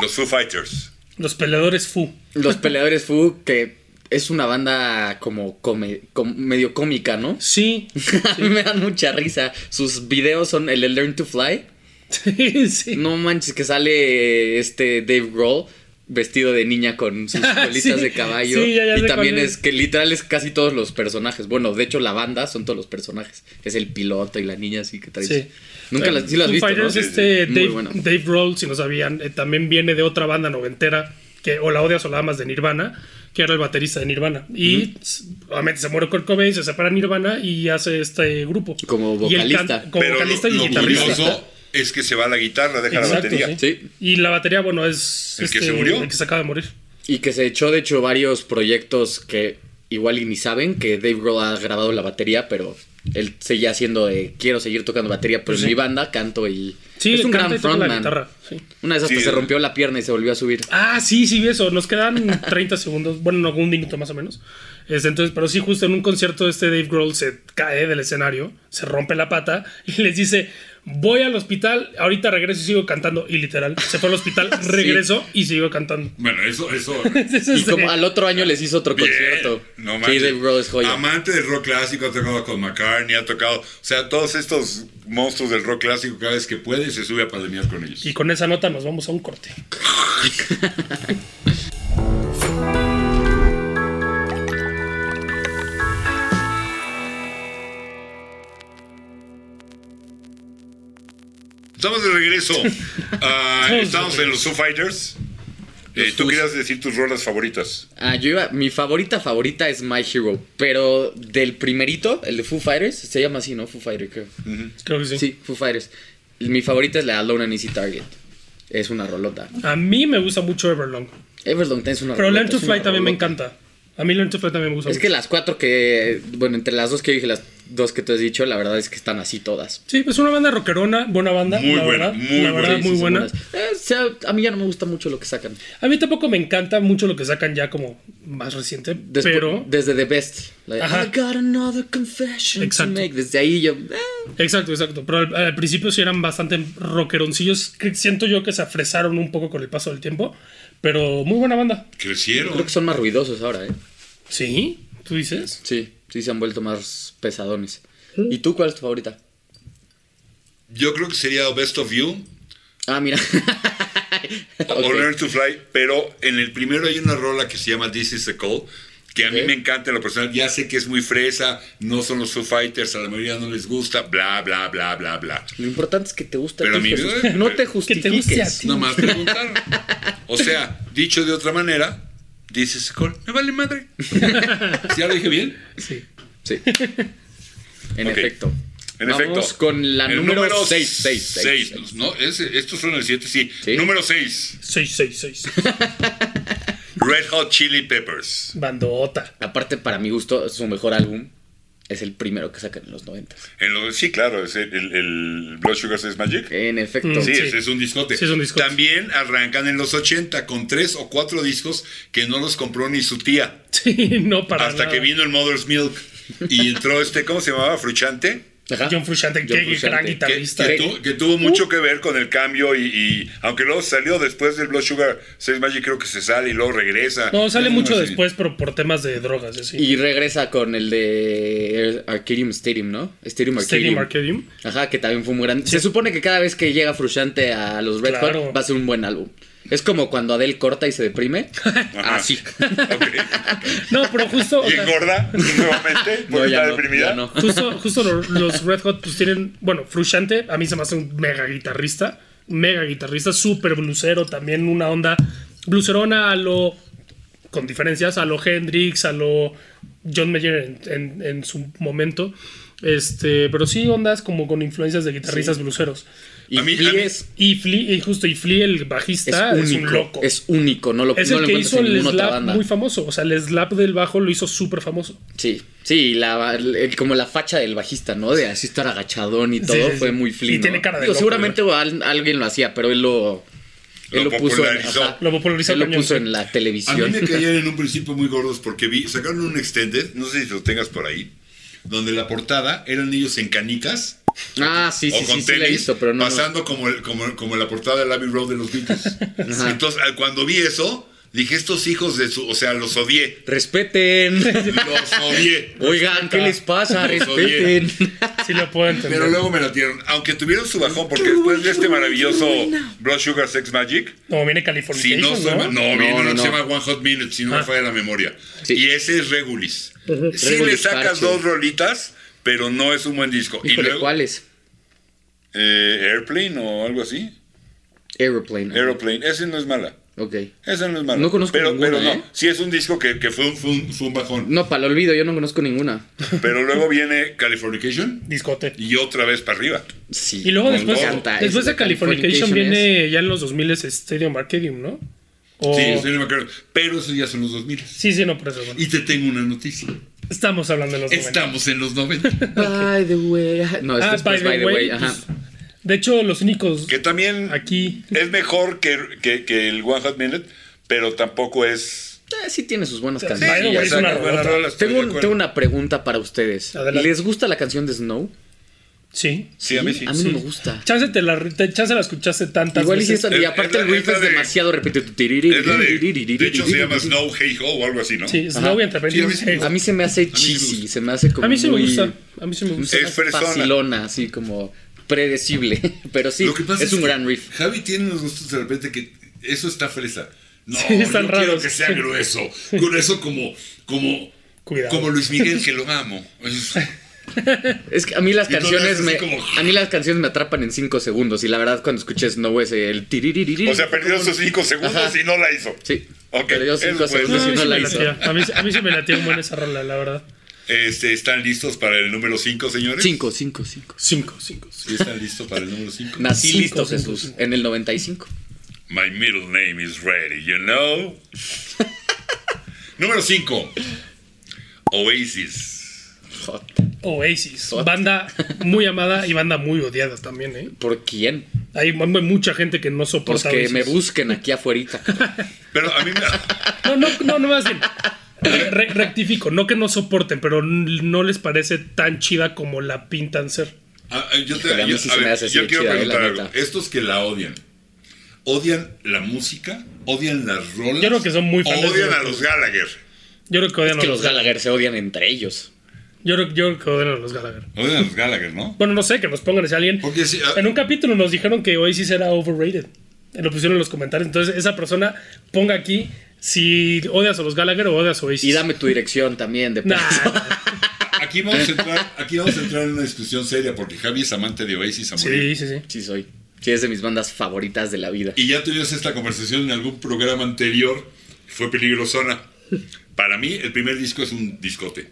A: Los Foo Fighters.
C: Los peleadores Fu.
B: Los Peleadores Fu, que es una banda como come- com- medio cómica, ¿no?
C: Sí,
B: A mí me dan mucha risa. Sus videos son el de Learn to Fly.
C: sí, sí.
B: No manches que sale este Dave Grohl vestido de niña con sus
C: Ah,
B: colitas
C: sí.
B: de caballo.
C: Sí, ya, ya
B: y
C: sé
B: también
C: cuál
B: es.
C: es.
B: que literal es casi todos los personajes. Bueno, de hecho la banda son todos los personajes. Es el piloto y la niña así que trae.
C: Sí. Eh,
B: Nunca las, sí las has visto,
C: Foo Fighters,
B: ¿no?
C: este
B: Muy
C: Dave,
B: bueno.
C: Dave Grohl, si no sabían, eh, también viene de otra banda noventera que o la odias o la amas de Nirvana, que era el baterista de Nirvana. Y s- obviamente se muere Kurt Cobain, se separa Nirvana y hace este grupo.
B: Como
C: Y él
B: vocalista.
C: canta- como
A: pero
C: vocalista
A: lo,
C: y
A: lo
C: guitarrista.
A: curioso es que se va la guitarra, deja la
C: Exacto,
A: batería.
C: sí.
B: Sí.
C: Y la batería, bueno, es. este,
A: ¿El que se murió?
C: El que se acaba de morir.
B: Y que se echó, de hecho, varios proyectos que igual y ni saben que Dave Grohl ha grabado la batería, pero él seguía haciendo de quiero seguir tocando batería, pero en mi banda canto y
C: Sí,
B: es un
C: canta
B: gran
C: y toca la
B: frontman.
C: guitarra, sí.
B: Una vez hasta
A: Sí.
B: se rompió la pierna y se volvió a subir.
C: Ah, sí, sí, vi eso. Nos quedan 30 segundos, bueno, no, un minuto más o menos. Este, entonces, pero sí, justo en un concierto este Dave Grohl se cae del escenario, se rompe la pata y les dice, voy al hospital, ahorita regreso y sigo cantando. Y literal, se fue al hospital, regreso y sigo cantando.
A: Bueno, eso, eso.
B: Y como al otro año les hizo otro
A: Bien.
B: concierto.
A: No
B: sí,
A: manches.
B: Dave Grohl es joya.
A: Amante del rock clásico, ha tocado con McCartney, ha tocado. O sea, todos estos monstruos del rock clásico, cada vez que puede, se sube a pandemiar con ellos.
C: Y con esa nota nos vamos a un corte.
A: Estamos de regreso. Ah,
C: Estamos de
A: estamos en los Foo Fighters. Eh,
B: Los
A: Tú
B: Foo.
A: querías decir tus rolas favoritas.
B: Ah, yo iba- mi favorita favorita es My Hero, pero del primerito, el de Foo Fighters, se llama así, ¿no? Foo Fighters, creo.
C: Creo que sí.
B: Sí, Foo Fighters. Mi favorita es la Alone and Easy Target. Es una rolota.
C: A mí me gusta mucho Everlong.
B: Everlong es una
C: Pero
B: rolota,
C: Learn to
B: es una
C: Fly también me
B: rolota.
C: encanta. A mí Learn to Fly también me gusta
B: Es
C: mucho.
B: que las cuatro que. Bueno, entre las dos que dije, las dos que tú has dicho, la verdad es que están así todas.
C: Sí, pues una banda rockerona, buena banda.
A: Muy
C: la
A: buena,
C: verdad,
A: muy
C: la
A: buena.
C: verdad,
A: Sí,
C: Ah, muy
B: Sí, son
C: buena.
B: buenas. Eh, o sea, a mí ya no me gusta mucho lo que sacan.
C: A mí tampoco me encanta mucho lo que sacan ya como más reciente,
B: Despu-
C: pero...
B: Desde The Best. la de,
C: Ajá.
B: I got another confession
C: Exacto.
B: to make. Desde ahí yo. eh,
C: Exacto, exacto. Pero al, al principio sí eran bastante rockeroncillos. que Siento yo que se afresaron un poco con el paso del tiempo, pero muy buena banda.
A: Crecieron.
B: creo que son más ruidosos ahora, ¿eh?
C: Sí, tú dices.
B: Sí, sí se han vuelto más pesadones. ¿Y tú cuál es tu favorita?
A: Yo creo que sería Best of You
B: Ah, mira.
A: o
B: Ok.
A: Learn to Fly, pero en el primero hay una rola que se llama This is a Call, que a mí
B: Ok.
A: me encanta en lo personal. Ya sé que es muy fresa, no son los Foo Fighters, a la mayoría no les gusta, bla, bla, bla, bla, bla.
B: Lo importante es que te gusta
A: Pero
B: a ti,
A: a mí-
B: Jesús. No te
A: que te
B: justifiques.
C: guste a ti.
A: Nada más preguntaron. O sea, dicho de otra manera, This is a Call, me vale madre. ¿Ya lo dije bien?
C: Sí.
B: Sí. En
A: Ok.
B: efecto.
A: En
B: Vamos
A: efecto.
B: con la
A: El
B: número 6.
A: Ah, seis, ¿no? Ese- estos son el 7, sí.
B: Sí.
A: Número 6.
C: 666.
A: Red Hot Chili Peppers.
C: Bandota.
B: Aparte, para mi gusto, su mejor álbum es el primero que sacan en los 90.
A: En lo- sí, claro, es el, el- el Blood Sugar Sex Magic.
B: En efecto.
C: Mm,
A: Sí,
C: Sí.
A: ese es un discote.
C: Sí, es un discote.
A: También arrancan en los 80 con tres o cuatro discos que no los compró ni su tía.
C: Sí, no para
A: hasta
C: nada.
A: que vino el Mother's Milk y entró este, ¿cómo se llamaba? Fruchante.
B: Ajá.
C: John Frusciante, qué gran
B: Frusciante.
A: Que,
C: guitarrista.
A: que
C: eh.
A: tu- que tuvo mucho que ver con el cambio y, y aunque luego salió después del Blood Sugar Sex Magic creo que se sale y luego regresa.
C: No, sale
A: Es
C: mucho
A: una-
C: después, pero por temas de drogas, y así.
B: Y regresa con el de Arcadium Stadium, ¿no? Stadium
C: Stadium
B: Arcadium.
C: Arcadium.
B: Ajá, que también fue muy grande. Se supone que cada vez que llega Frusciante a los Red
C: Claro.
B: Hot va a ser un buen álbum. Es como cuando Adele corta y se deprime.
A: Ajá.
B: Así.
A: Ok.
C: No, pero justo. o
A: Y
C: sea,
A: engorda nuevamente
B: No,
A: porque
B: ya
A: está
B: no,
A: deprimida.
B: ya no.
C: Justo, justo lo- los Red Hot pues tienen, bueno, Frusciante, a mí se me hace un mega guitarrista, mega guitarrista, súper blusero, también una onda blucerona a lo, con diferencias, a lo Hendrix, a lo John Mayer en, en- en su momento, este, pero sí ondas como con influencias de guitarristas bluseros.
B: Y
A: A mí- a
B: Flea
A: mí-
B: es,
C: Y Flea, y justo, y Flea el
B: es
C: bajista es,
B: único.
C: un loco. Es,
B: Es único, no lo, no
C: el
B: lo
C: que
B: encuentras
C: hizo
B: en
C: el
B: ninguna otra
C: slap
B: banda.
C: muy famoso, o sea, el slap del bajo lo hizo súper famoso.
B: Sí, sí, la, el- como la facha del bajista, ¿no? De así estar agachadón y todo,
C: sí, sí.
B: fue muy flino.
C: Y tiene cara de loco,
B: Seguramente al- alguien lo hacía, pero él lo, él
A: Lo
B: lo, puso, en,
A: popularizó.
B: ajá,
C: Lo popularizó
B: él lo
C: cañón,
B: puso
C: sí.
B: en la
A: A mí
B: televisión.
A: me caían en un principio muy gordos porque vi, sacaron un extended, no sé si lo tengas por ahí, donde la portada eran ellos en canicas
B: ah, sí, sí,
A: o con
B: sí, sí, la
A: tenis,
B: hizo, pero no. no.
A: pasando como, el- como, como la portada del Abbey Road de los Beatles.
B: Ajá.
A: Entonces, ah, cuando vi eso, dije, estos hijos de su, o sea, los odié.
B: Respeten.
A: Los odié.
B: Oigan, ¿qué les pasa?
A: Los
B: Respeten.
C: Sí lo puedo entender.
A: Pero luego me la dieron, aunque tuvieron su bajón, porque después de este maravilloso Blood Sugar Sex Magic,
C: No, viene
A: Si
C: Californication,
A: no, soy ma-
C: ¿no?
A: no,
B: No,
A: viene
B: no,
A: uno que
B: no.
A: se llama One Hot Minute, si no me
C: Ah.
A: falla la memoria.
B: Sí.
A: Y ese es Regulis. Sí le
B: Regulis
A: sacas
B: Parche.
A: dos rolitas, pero no es un buen disco. y
B: Híjole,
A: luego,
B: ¿cuáles?
A: eh, Airplane o algo así.
B: Aeroplane.
A: Aeroplane, ese no es mala.
B: Ok.
A: Ese no es mala.
B: No conozco
A: pero,
B: ninguna,
A: pero no,
B: ¿eh?
A: sí es un disco que, que fue, un, fue un- fue un bajón.
B: No, para el olvido, yo no conozco ninguna.
A: Pero luego viene Californication
C: Discote.
A: y otra vez para arriba.
B: Sí.
C: Y luego
B: me
C: después,
B: encanta.
C: después
B: Esa
C: de Californication
B: es-
C: viene ya en los 2000 es Stadium Arcadium, ¿no?
B: Oh.
C: O-
A: Sí,
C: sí,
A: sí, no me acuerdo. Pero esos ya son los 2000.
C: sí, no, por eso. bueno.
A: Y te tengo una noticia.
C: Estamos hablando de los 90.
A: Estamos en los 90.
B: By the way. No, este es
C: Ah,
B: después, by the way. Ajá.
C: pues, de hecho, los únicos
A: que también
C: aquí.
A: Es mejor que, que- que el One Hot Minute, pero tampoco es.
B: Eh, sí tiene sus buenas
C: By the
B: canciones.
C: way, es una
A: Exacto,
C: rolota.
A: buena rola, estoy
B: Tengo,
A: de
B: un-
A: acuerdo.
B: tengo una pregunta para ustedes.
C: Adelante.
B: ¿Les gusta la canción de Snow?
C: Sí.
A: Sí, a mí sí.
B: A mí no me gusta.
C: Chance, te la, te- chance la escuchaste tantas
B: Igual y si
C: veces.
B: esa- y
A: Es-
B: aparte
A: es
B: el
A: la-
B: riff
A: es la
B: es
A: de-
B: demasiado repetitivo.
A: Es la de, de hecho, se llama Snow Hey Ho o algo así, ¿no?
C: Sí,
B: Ajá.
C: Snow and the
A: Sí, a mí
C: Benjamins.
A: sí me gusta.
B: A mí se me hace
A: sí me
B: cheesy,
A: gusta.
B: se me hace como
C: A mí sí me
B: muy-
C: gusta. A mí sí me gusta.
A: Es fresona.
B: Facilona, así como predecible. Pero sí,
A: Lo que pasa
B: es un
A: que
B: gran riff.
A: Javi tiene unos gustos de repente que eso está fresa. No,
C: Sí, están
A: yo quiero
C: raros.
A: que sea
C: Sí.
A: grueso. Grueso como, como,
C: Cuidado.
A: como Luis Miguel, que lo amo. Es-
B: Es que a mí las
A: Y entonces
B: canciones
A: así
B: me
A: como-
B: a mí las canciones me atrapan en 5 segundos y la verdad cuando escuché Snow es el tiririririr.
A: O sea, perdió sus cinco segundos
B: Ajá.
A: y no la hizo.
B: Sí.
A: Ok,
B: Perdió
A: eso
B: 5
A: puede
C: No,
B: segundos
A: ser.
B: y
C: a, mí
B: no
C: sí
B: la
C: me
B: hizo.
C: latía. a, mí, sí- a mí sí me latía un buen esa rola, la verdad.
A: Este, ¿Están listos para el número 5, señores?
B: 5, 5, 5.
C: Cinco, cinco. cinco.
A: ¿Sí están listos para el número 5?
B: Nací
C: Cinco,
B: listo
C: cinco,
B: Jesús
C: cinco.
B: en el 95.
A: My middle name is ready, you know. Número 5. Oasis.
B: Joder.
C: Oasis. Banda muy amada y banda muy odiada también, ¿eh?
B: ¿Por quién?
C: Hay mu- mucha gente que no
B: Pues
C: soporta
B: que
C: Oasis.
B: me busquen aquí afuera.
A: Pero a mí me-
C: No, no, no, no más bien. Re- rectifico, no que no soporten, pero n- no les parece tan chida como la pintan ser.
A: Ah, ah, yo te-
B: Híjole, a mí
A: yo-
B: sí
A: a
B: se me
A: ver,
B: hace así
A: yo
B: de
A: quiero
B: chida, eh,
A: preguntar
B: la
A: algo.
B: neta.
A: Estos que la odian, ¿odian la música? ¿Odian las rolas?
C: Yo creo que son muy
A: ¿O
C: fans de-
A: odian a los Gallagher?
C: Yo creo que odian
B: que
C: a
B: los
C: los
B: Gallagher se odian entre ellos.
C: Yo creo, yo creo que odian a los Gallagher.
A: Odian a los Gallagher, ¿no?
C: Bueno, no sé, que nos pongan si alguien.
A: Porque sí, ah,
C: En un capítulo nos dijeron que Oasis era overrated. Eh, Lo pusieron en los comentarios. Entonces, esa persona ponga aquí si odias a los Gallagher o odias a Oasis.
B: Y dame tu dirección también de
C: Nah,
B: paso.
A: aquí, vamos a entrar, aquí vamos a entrar en una discusión seria porque Javi es amante de Oasis a morir.
C: sí, sí, sí.
B: Sí soy. Sí, es de mis bandas favoritas de la vida.
A: Y ya tuvimos esta conversación en algún programa anterior. Fue peligrosona. Para mí, el primer disco es un discote.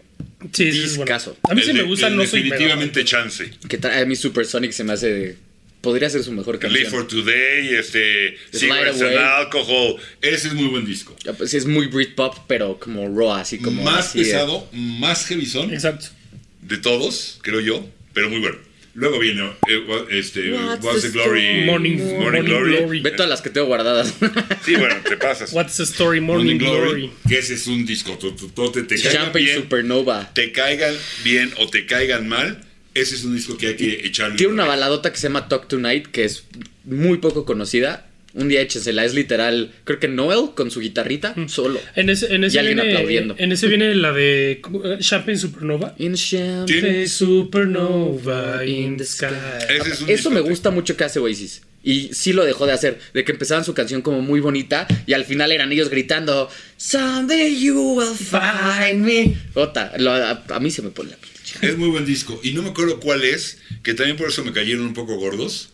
C: Sí, sí, sí, bueno.
B: Discazo.
C: A mí sí
A: El
C: me
A: de-
C: gusta,
A: el
C: no soy
A: Definitivamente Chance.
B: Que trae a mí Supersonic se me hace... Podría ser su mejor
A: Live for
B: canción.
A: Today, este,
B: Slide
A: Cigarettes and
B: Away.
A: Alcohol. Ese es muy buen disco.
B: Ya, pues, sí, es muy Britpop, pero como raw, así como...
A: más
B: así de-
A: pesado, más
C: megalómano.
A: heavyzón
C: Exacto.
A: de todos, creo yo, pero muy bueno. Luego viene eh, wa- este,
B: What's
A: What's
B: the
A: the Glory.
B: story?
C: Morning- Morning Glory.
B: Ve todas las que tengo guardadas.
A: Sí, bueno, te pasas.
C: What's the story, Morning, Glory.
A: Que ese es un disco tototote. Te caigan,
B: Champagne
A: Este bien,
B: Supernova.
A: te caigan bien o te caigan mal, ese es un disco que hay que echarle.
B: Tiene una baladota que se llama Talk Tonight, que es muy poco conocida. Un día échensela, es literal, creo que Noel con su guitarrita,
C: Mm.
B: solo.
C: En ese, en ese
B: Y alguien
C: viene,
B: aplaudiendo.
C: En ese viene la de eh, Champagne Supernova.
B: In Champagne
A: Tiene-
C: Supernova in the sky.
A: Ese es un
B: Eso me
A: discote.
B: gusta mucho que hace Oasis. Y sí lo dejó de hacer, de que empezaban su canción como muy bonita y al final eran ellos gritando Someday you will find me. Jota, lo- a, a mí se me pone la piel.
A: Es muy buen disco. Y no me acuerdo cuál es, que también por eso me cayeron un poco gordos,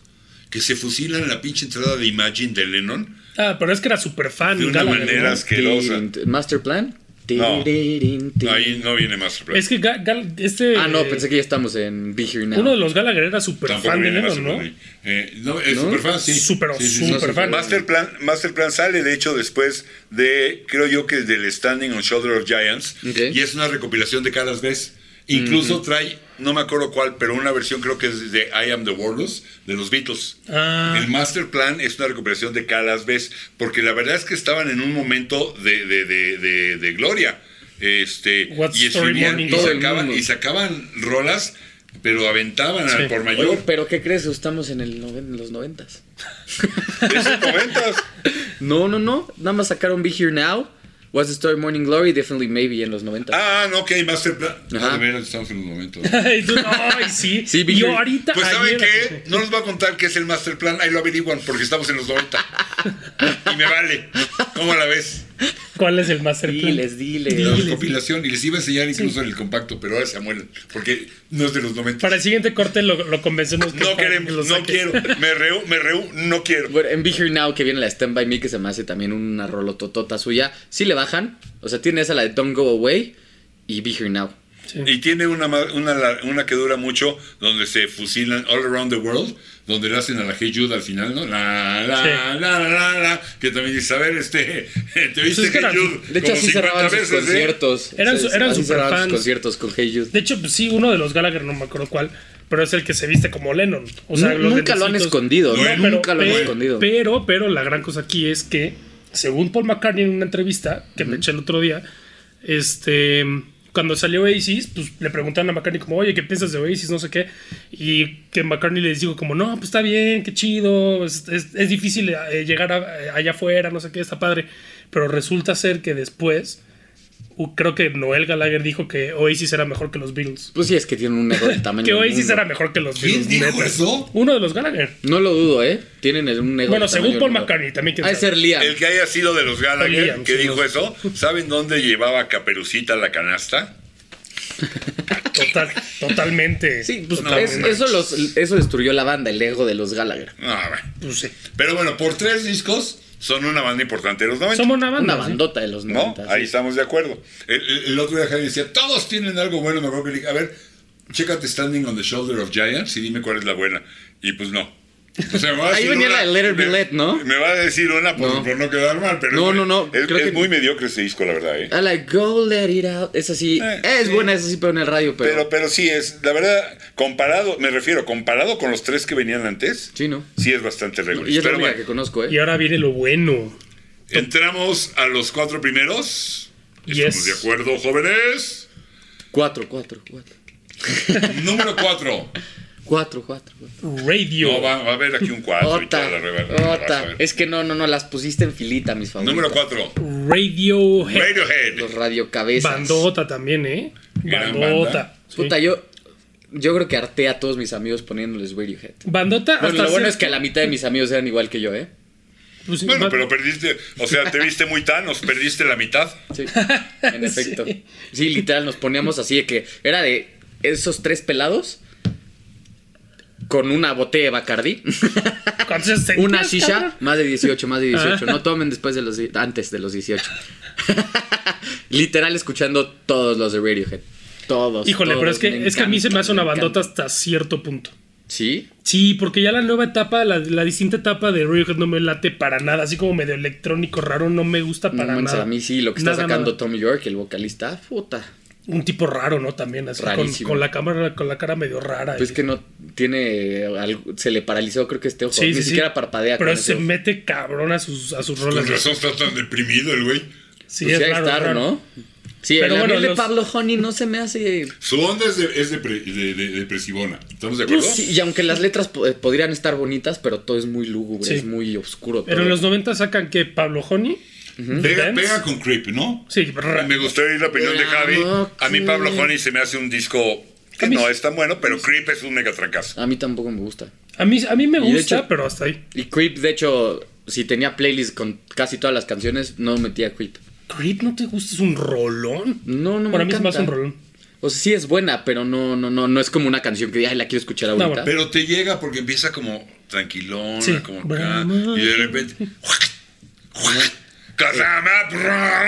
A: que se fusilan en la pinche entrada de Imagine de Lennon.
C: Ah, pero es que era super fan.
A: De una
C: Gallagher, ¿no?
A: manera- Asquerosa.
B: Tin, tin, Master Plan. Tin,
A: No.
B: tin, tin.
A: Ahí no viene más.
C: Es que Ga- Gal- este.
B: Ah, no, pensé que ya estamos en Be Here Now.
C: Uno de los Gallagher era super
A: Tampoco
C: fan de
A: viene
C: Lennon,
A: más
C: ¿no?
A: Superman. Eh, no, es
B: ¿No?
A: superfan, sí.
C: Súper,
A: Sí, sí, sí.
C: súper fan.
A: Masterplan, Masterplan sale, de hecho, después de, creo yo que del Standing on Shoulder of Giants.
B: Ok.
A: Y es una recopilación de caras vez. Incluso trae, no me acuerdo cuál, pero una versión creo que es de I Am the Warlords, de los Beatles.
C: Ah.
A: El Master Plan es una recopilación de Caras vez, porque la verdad es que estaban en un momento de, de- de- de- de gloria. Este,
C: What's
A: y
C: Story
A: escribían
C: Morning?
A: y
B: Todo el
A: sacaban,
B: mundo.
A: y sacaban rolas, pero aventaban
C: Sí.
A: al por mayor.
B: Oye, pero ¿qué crees? Estamos en, el noven- en los noventas.
A: Eso comentas.
B: No, no, no. Nada más sacaron Be Here Now. What's the Story Morning Glory? Definitely Maybe en los noventas.
A: Ah, no, ok, Masterplan.
B: Ajá.
A: A ver, estamos en un momento.
C: Ay, tú- ay, sí.
B: Sí, vi
C: Y yo
B: que-
C: ahorita.
A: Pues ¿saben
C: ayer-
A: qué? No les voy a contar qué es el Masterplan, ahí lo averiguan porque estamos en los 90. y me vale. ¿Cómo la ves?
C: ¿Cuál es el master plan?
B: Diles,
A: La
B: diles.
A: recopilación, y les iba a enseñar incluso en el compacto, pero ahora se amuelan, porque no es de los 90.
C: Para el siguiente corte lo, lo convencemos. que-
A: No
C: para que lo
A: queremos, no
C: saque.
A: quiero. Me reu, me reu, no quiero.
B: Bueno, en Be Here Now, que viene la Stand By Me, que se me hace también una rolototota suya. Sí le bajan. O sea, tiene esa, la de Don't Go Away y Be Here Now.
A: Y tiene una, ma- una, la- una que dura mucho, donde se fusilan All Around the World, donde le hacen a la Hey Jude al final, ¿no? La, la,
C: Sí. Pues
A: la, la, la, la, que también dice, a ver, este, te viste
C: es que
A: Hey
C: eran-
A: Jude
B: De hecho,
A: como
B: así
A: 50
B: cerraban sus
A: veces, ¿eh?
B: conciertos.
C: Eran
B: O sea,
C: su- eran
B: así cerraban
C: superfans.
B: sus conciertos con Hey Jude.
C: De hecho, pues, sí, uno de los Gallagher, no me acuerdo cuál, pero es el que se viste como Lennon. O sea,
B: Nu-
C: los
B: nunca lo han
C: lentecitos.
B: escondido,
A: No,
B: ¿no?
A: pero-
B: nunca lo han
C: Pe-
B: escondido.
C: Pero, pero la gran cosa aquí es que, según Paul McCartney en una entrevista que me eché el otro día, este, cuando salió Oasis, pues le preguntaron a McCartney como, oye, ¿qué piensas de Oasis? No sé qué. Y que McCartney les dijo como, no, pues está bien, qué chido, es, es- es difícil eh, llegar a- eh, allá afuera, no sé qué, está padre. Pero resulta ser que después, u- creo que Noel Gallagher dijo que Oasis era mejor que los Beatles.
B: Pues sí, es que tienen un ego del tamaño.
C: Que
B: del
C: Oasis
B: mundo.
C: era mejor que los
A: ¿Quién
C: Beatles.
A: dijo
C: neta.
A: eso?
C: Uno de los Gallagher.
B: No lo dudo, ¿eh? Tienen el- un ego
C: Bueno,
B: del
C: según
B: tamaño del
C: Paul
B: mundo.
C: McCartney, también quién
B: Ha de
C: sabe.
B: ser Liam.
A: El que haya sido de los Gallagher
C: Liam,
A: que
C: sí,
A: dijo
C: no.
A: eso, ¿saben dónde llevaba Caperucita la canasta?
C: Total, totalmente.
B: Sí, pues
A: No,
B: es-
A: no
B: eso, los, eso destruyó la banda, el ego de los Gallagher.
A: Ah, bueno.
C: Pues sí.
A: Pero bueno, por tres discos son una banda importante de los 90.
C: Somos una banda.
B: Una bandota de los
A: ¿No?
B: 90.
A: Ahí
B: sí.
A: estamos de acuerdo. El, el- el otro día Javi decía, todos tienen algo bueno, me acuerdo que le dije, a ver, chécate Standing on the Shoulder of Giants y dime cuál es la buena. Y pues no. O sea, me va a
B: Ahí
A: decir
B: venía
A: una-
B: la de Let It Be
A: me-
B: Let, ¿no?
A: Me va a decir una por
B: No.
A: no, por no quedar mal, pero.
B: No,
A: es-
B: no, no,
A: Es,
B: creo
A: es
B: que-
A: muy mediocre ese disco, la verdad, ¿eh?
B: I like go let it out. Es así.
A: Eh,
B: es
A: sí.
B: buena, es así, pero en el radio, pero.
A: Pero, pero sí es, la verdad, comparado, me refiero, comparado con los tres que venían antes,
B: sí, ¿no?
A: sí es bastante regular.
B: Y es la
A: Pero
B: única
A: bueno,
B: que conozco, ¿eh?
C: Y ahora viene lo bueno.
A: entramos a los cuatro primeros. ¿Estamos
C: Yes.
A: de acuerdo, jóvenes?
B: Cuatro, cuatro, cuatro.
A: Número cuatro.
B: Cuatro, cuatro, cuatro.
C: Radio.
A: No, va, va a haber aquí un cuatro. y toda Ah, la reba- la
B: Ota,
A: raza, a
B: Ota.
A: ver.
B: Es que no, no, no, las pusiste en filita, mis favoritos.
A: Número cuatro.
C: Radiohead.
B: Los
A: Radiohead.
B: radiocabezas.
C: Bandota también, ¿eh?
A: Gran
C: Bandota.
A: banda.
C: Sí.
B: Puta, yo. Yo creo que harté a todos mis amigos poniéndoles Radiohead.
C: Bandota
B: Bueno, lo bueno
C: cierto-
B: es que la mitad de mis amigos eran igual que yo, ¿eh?
C: pues,
A: Bueno,
C: Ban-
A: pero perdiste, o sea, te viste muy Thanos, perdiste la mitad.
B: Sí, en efecto. Sí. literal, nos poníamos así de que era de esos tres pelados con una botella de Bacardí,
C: ¿cuántos años tenías,
B: una shisha,
C: cabrón?
B: más de 18, más de 18.
C: Ah.
B: No tomen después de los di- antes de los 18. literal escuchando todos los de Radiohead. Todos.
C: Híjole, pero
B: todos,
C: es que,
B: me
C: es que a mí se me
B: encanta,
C: hace una
B: me
C: bandota
B: encanta.
C: hasta cierto punto.
B: Sí.
C: Sí, porque ya la nueva etapa, la, la distinta etapa de Radiohead no me late para nada. Así como medio electrónico raro, no me gusta
B: No
C: para
B: manches,
C: nada.
B: a mí sí, lo que está
C: Nada,
B: sacando
C: nada.
B: Tom York, el vocalista, puta.
C: Un tipo raro, ¿no? También, así con,
B: Rarísimo.
C: con la cámara, con la cara medio rara.
B: Pues
C: y-
B: que no tiene. algo- se le paralizó, creo que este ojo.
C: Sí,
B: Ni
C: sí, sí.
B: siquiera parpadea.
C: Pero
B: con ese
C: se
B: ojo.
C: mete cabrón a sus, a sus
A: Con
C: rolas.
A: razón está tan deprimido el güey.
C: Sí,
B: Pues
C: es
B: sí, ahí
C: raro,
B: está,
C: raro.
B: ¿no? Sí,
C: Pero
B: el
C: bueno,
B: bueno, de
C: los-
B: Pablo Honey no se me hace.
A: Su onda es, de, es depre- de- de- depresivona. ¿Estamos de acuerdo?
B: Pues sí, y aunque las letras po- eh, podrían estar bonitas, pero todo es muy lúgubre,
C: Sí.
B: es muy oscuro.
C: Pero en
B: todo.
C: los 90 sacan que Pablo Honey.
A: Pega,
C: Dance.
A: pega con Creep, ¿no?
C: Sí, ra-
A: Me gustaría oír la opinión de Javi. A mí Pablo Honey se me hace un disco que no es tan bueno, pero Creep es un megatrancazo.
B: A mí tampoco me gusta.
C: a mí, a mí me
B: de
C: gusta,
B: hecho-
C: pero hasta ahí.
B: Y Creep, de hecho, si tenía playlist con casi todas las canciones, no metía Creep.
C: Creep no te gusta, es un rolón.
B: No, no
C: Para
B: me
C: mí es más
B: encanta.
C: un rolón.
B: O sea, sí es buena, pero no, no, no, no es como una canción que ay, la quiero escuchar ahorita.
C: bueno,
A: Pero te llega porque empieza como tranquilón,
C: Sí.
A: como acá, y de repente. Kazama, brum.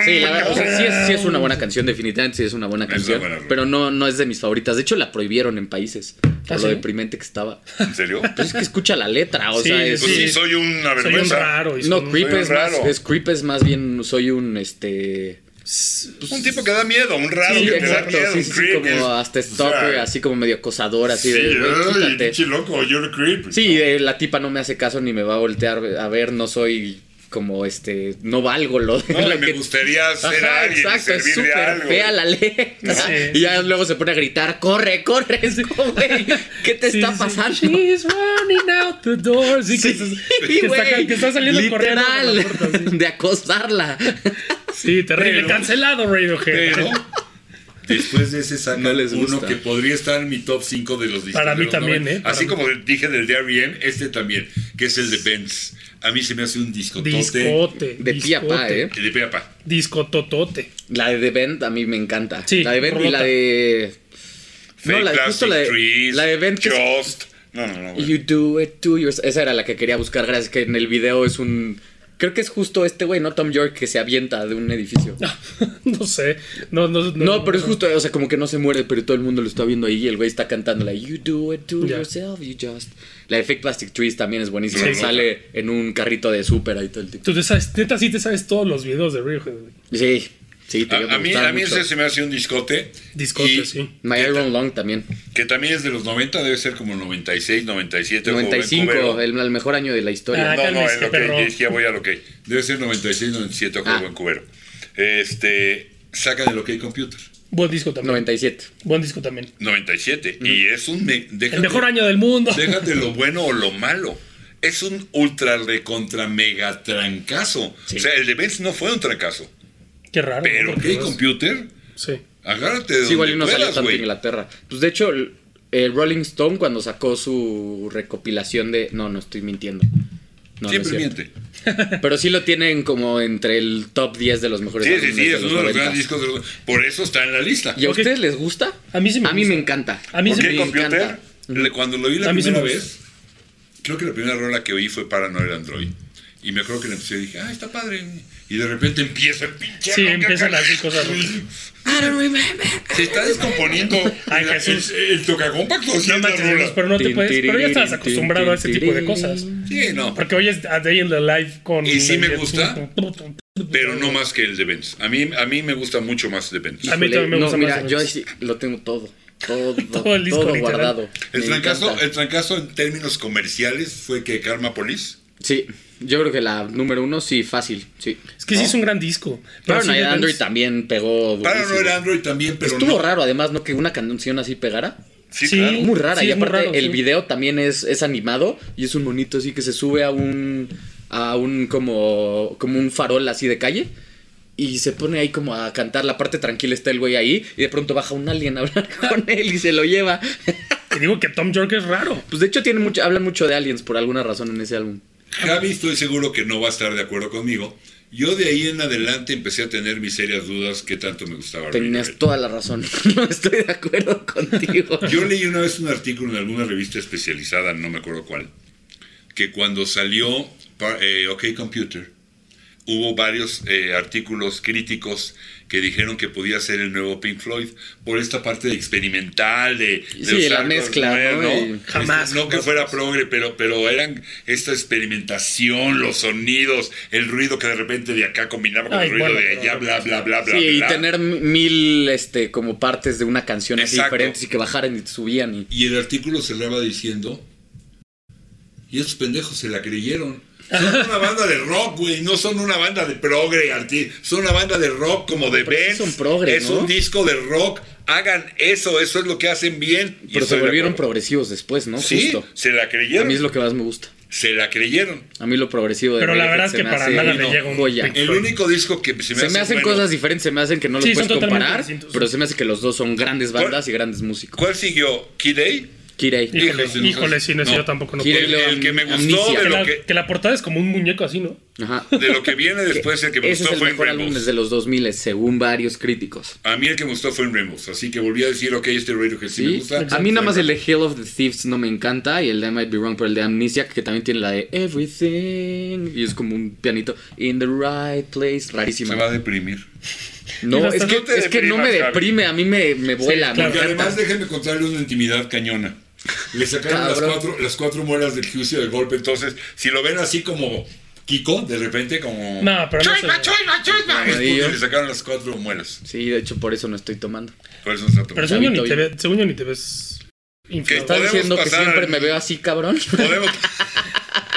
B: Sí, la verdad, o sea, sí es, sí es una
C: Ah.
B: buena canción, definitivamente sí es una buena
A: Es una
B: canción.
A: buena rola.
B: pero no, no es de mis favoritas. De hecho, la prohibieron en países por
C: ¿Ah,
B: lo
C: sí?
B: deprimente que estaba.
A: ¿En serio?
B: Pero Pues es que escucha la letra, o
C: Sí,
B: sea, es.
A: Pues sí,
C: Sí.
A: soy una
C: Soy un
A: vergüenza.
C: raro. y soy
B: No,
C: un-
B: creep
A: soy un
B: es más.
A: raro.
B: Es creep es más bien. Soy un este.
A: Pues Un tipo que da miedo, un raro
C: Sí,
A: que te da
B: exacto,
A: miedo.
B: sí,
A: un
B: sí, sí,
A: creep es-
B: como hasta stalker,
A: o sea,
B: así como medio acosador, así
A: Sí,
B: de. güey,
A: ay,
B: quítate.
A: pinche loco, you're a creep.
B: Sí, de la tipa no me hace caso ni me va a voltear a ver, no soy como este. No valgo lo de.
A: No,
B: lo
A: me
B: que-
A: gustaría ser
B: Ajá,
A: alguien,
B: exacto, es
A: servirle a
B: súper
A: algo.
B: fea la letra.
C: Sí.
B: Y ya luego se pone a gritar, corre, corre, es como, güey, ¿qué te
C: Sí,
B: está
C: sí.
B: pasando?
C: She's running out the door. Sí, que, se- que está,
B: güey,
C: que está saliendo
B: literal,
C: corriendo. de la puerta, sí.
B: de acosarla.
C: Sí, terrible.
A: Pero-
C: Cancelado, Radiohead.
A: Pero después de ese sacan
B: No les gusta.
A: uno que podría estar en mi top 5 de los discos.
C: Para
A: de
C: mí
A: los
C: también,
A: 90.
C: ¿eh? Para
A: Así
C: mí.
A: como dije del de R.E.M., este también, que es el de Benz. A mí se me hace un discotote.
C: Discote.
B: De pi a pa,
C: discote,
B: ¿eh?
A: El de Peapa.
C: Discototote.
B: La de The Bend a mí me encanta.
C: Sí,
B: la de Bend y la
C: rolota.
B: de...
A: Fake
B: la de- justo
A: Plastic
B: la de-
A: Trees.
B: la de Bent que es-
A: Just. No, no, no. güey.
B: You do it to yourself. Esa era la que quería buscar, gracias que en el video es un... Creo que es justo este güey, ¿no? Tom York, que se avienta de un edificio.
C: no sé. No, no, Ah, no,
B: No, pero es justo, o sea, como que no se muere, pero todo el mundo lo está viendo ahí y el güey está cantando la You do it to
C: Ya.
B: yourself, you just. La de Fake Plastic Trees también es buenísima.
A: Sí.
B: Sale en un carrito de súper ahí todo el tiempo.
C: Tú te sabes, neta, sí te sabes todos los videos de Radiohead. güey.
B: Sí, sí, te
A: A, a mí, a mí ese se me hace un discote.
C: Discote,
A: Y-
C: sí.
B: My Iron Long también.
A: Que también es de los 90, debe ser como 96, 97. como
B: 95,
A: Vancouver.
B: el, el mejor año de la historia.
C: Ah,
A: no, no,
C: cálmese,
A: es lo que
C: perro.
A: yo dije, ya voy a lo que. Debe ser 96, 97,
B: Ah.
A: juego en cubero. Este, saca de lo que hay computer.
C: Buen disco también.
B: 97.
C: Buen disco también.
A: 97. Y es un. me- déjate,
C: El mejor año del mundo.
A: Déjate lo bueno o lo malo. Es un ultra recontra mega trancazo. O sea, el de Benz no fue un trancazo.
C: Qué raro.
A: Pero
C: ¿no?
A: que hay
C: Porque
A: computer,
C: es- Sí.
A: agárrate de
B: Sí, igual y
A: donde
B: no salió
A: puedas,
B: tanto en
A: güey.
B: Inglaterra. Pues de hecho, el- el Rolling Stone cuando sacó su recopilación de. No, no estoy mintiendo. No, no es
A: Siempre
B: cierto.
A: miente.
B: Pero sí lo tienen como entre el top 10 de los mejores
A: Sí, sí,
B: álbumes
A: sí,
B: de
A: es uno de los
B: 90.
A: grandes discos. de los- Por eso está en la lista.
B: ¿Y a
C: Ok.
B: ustedes les gusta?
C: A mí sí me
B: A mí
C: gusta.
B: me encanta.
C: A mí sí
A: Porque
C: me
A: Computer,
B: encanta.
A: le- cuando lo oí la
C: A mí sí
A: primera
C: me
A: vez, creo que la primera rola que oí fue Paranoid Android. Y Y me acuerdo que la empecé y dije, ah, está padre. Y de repente empieza el pinche.
C: Sí,
A: rock
C: empiezan
A: acá.
C: así cosas locas.
A: Se está descomponiendo
C: Ay,
A: la-
C: Jesús.
A: el, el tocacompa con
C: No
A: ciertas
C: manches,
A: rolas.
C: pero no te
B: Tin,
C: puedes, pero ya estás
B: tiririn,
C: acostumbrado a ese tipo de
B: tiririn.
C: cosas.
A: Sí, no.
C: Porque hoy es A Day in the Life con.
A: Y sí me
C: el-
A: gusta, Pero no más que el de Benz. A mí, a mí me gusta mucho más de Benz.
C: A mí también me gusta
B: no,
C: más
B: mira,
C: o
B: yo
C: menos.
B: ahí sí lo tengo todo. Todo,
C: Todo
B: todo,
C: el disco, literal.
B: guardado.
A: El
B: Me
A: trancazo,
B: encanta.
A: el trancazo en términos comerciales fue que Karma Police.
B: Sí, yo creo que la número uno sí, fácil, sí.
C: Es que sí es un gran disco.
B: Pero
C: sí,
B: Night
C: de-
B: Android también pegó durísimo.
A: Para no era Android también, pero
B: Estuvo
A: no.
B: raro, además, ¿no? Que una canción así pegara.
A: Sí,
C: Sí.
A: claro.
B: Muy rara.
C: Sí,
B: y
C: es muy
B: aparte,
C: raro,
B: el
C: sí.
B: video también es, es animado y es un monito así que se sube a un. a un como. como un farol así de calle. Y se pone ahí como a cantar. La parte tranquila está el güey ahí. Y de pronto baja un alien a hablar con él y se lo lleva.
C: Te digo que Tom York es raro.
B: Pues de hecho tienen mucho, hablan mucho de aliens por alguna razón en ese álbum.
A: Javi, estoy seguro que no va a estar de acuerdo conmigo. Yo de ahí en adelante empecé a tener mis serias dudas qué tanto me gustaba.
B: Tenías
A: Radiohead.
B: toda la razón. No estoy de acuerdo contigo.
A: Yo leí una vez un artículo en alguna revista especializada, no me acuerdo cuál, que cuando salió pa- eh, OK Computer, hubo varios eh, artículos críticos que dijeron que podía ser el nuevo Pink Floyd por esta parte de experimental, de, de
B: Sí, la
A: usar cosas
B: mezcla,
A: nuevas,
B: ¿no?
A: ¿no?
B: Y-
C: Jamás,
A: Este, No que
C: jamás.
A: fuera progre, pero, pero eran esta experimentación, los sonidos, el ruido que de repente de acá combinaba con
C: Ay,
A: el ruido
C: bueno,
A: de
C: pero-
A: allá, bla, bla, bla, bla.
B: Sí, y
A: bla.
B: tener mi- mil este como partes de una canción así
A: Exacto.
B: diferentes y que bajaran y subían y
A: Y el artículo cerraba diciendo, y estos pendejos se la creyeron. Son una banda de rock, güey, no son una banda de progre, arti- son una banda de rock como de
B: Pero sí
A: Benz.
B: son progre,
A: es
B: ¿no?
A: un disco de rock, hagan eso, eso es lo que hacen bien. Y
B: pero
A: estoy
B: se
A: de
B: volvieron
A: acuerdo.
B: progresivos después, ¿no?
A: Sí,
B: Justo.
A: se la
B: A mí
A: creyeron.
B: es lo que más me gusta.
A: Se la creyeron.
B: A mí lo progresivo de
C: Pero la
B: Radiohead
C: verdad es
B: se
C: que
B: me
C: para
B: hace
C: nada le
B: una
C: llega un
B: joya.
C: Pink
A: El único disco que se me
B: Se
A: hace
B: me hacen
A: bueno-
B: cosas diferentes, se me hacen que no los
C: Sí, son
B: puedes
C: totalmente
B: comparar,
C: distintos.
B: pero se me hace que los dos son grandes
A: ¿Cuál-
B: bandas y grandes músicos.
A: ¿Cuál siguió? ¿Kid A?
B: Kirei.
C: Híjole,
A: Híjole, si no
C: híjole,
A: sabes-
C: sí, no, sí,
A: no.
C: yo tampoco no
B: Sí,
C: puedo.
A: El, el que me gustó de
B: Amnesia.
A: lo
C: Que la,
A: que,
C: que la portada es como un muñeco así, ¿no?
B: Ajá.
A: de lo que viene después, el que me
B: Ese es
A: gustó
B: el
A: fue en
B: mejor
A: Rainbows.
B: álbum desde los 2000, según varios críticos.
A: A mí el que me gustó fue en Rainbows, así que volví a decir, ok, este Radiohead sí, me
B: Sí,
A: gusta.
B: a mí nada más el de Hill of the Thieves no me encanta y el de I Might Be Wrong, pero el de Amnesia que también tiene la de Everything y es como un pianito in the right place, rarísima.
A: Se va a deprimir.
C: Y
B: No,
C: hasta
B: es que,
C: no
A: te
B: es que no me
A: deprimas, Javi.
B: deprime, a mí me, me vuela.
C: claro.
A: Porque
B: me
A: además
B: encanta.
A: déjenme contarle una intimidad cañona. Le sacaron las
B: Cabrón.
A: cuatro, las cuatro muelas del juicio del golpe, entonces, si lo ven así como Kiko, de repente como...
C: No, pero no
A: ¡Chuisma,
C: sé.
A: chuisma, chuisma! Es
B: Amarillo.
A: porque le sacaron las cuatro muelas.
B: Sí, de hecho por eso no estoy tomando.
A: Por eso no se la tomó.
C: Pero según yo ni
B: Chavito
C: te
B: bien.
C: ve- según yo ni te ves. inflado.
A: está-
B: ¿Estás
A: Podemos
B: diciendo que
A: pasar
B: siempre
A: al-
B: me veo así, cabrón?
A: ¿Podemos,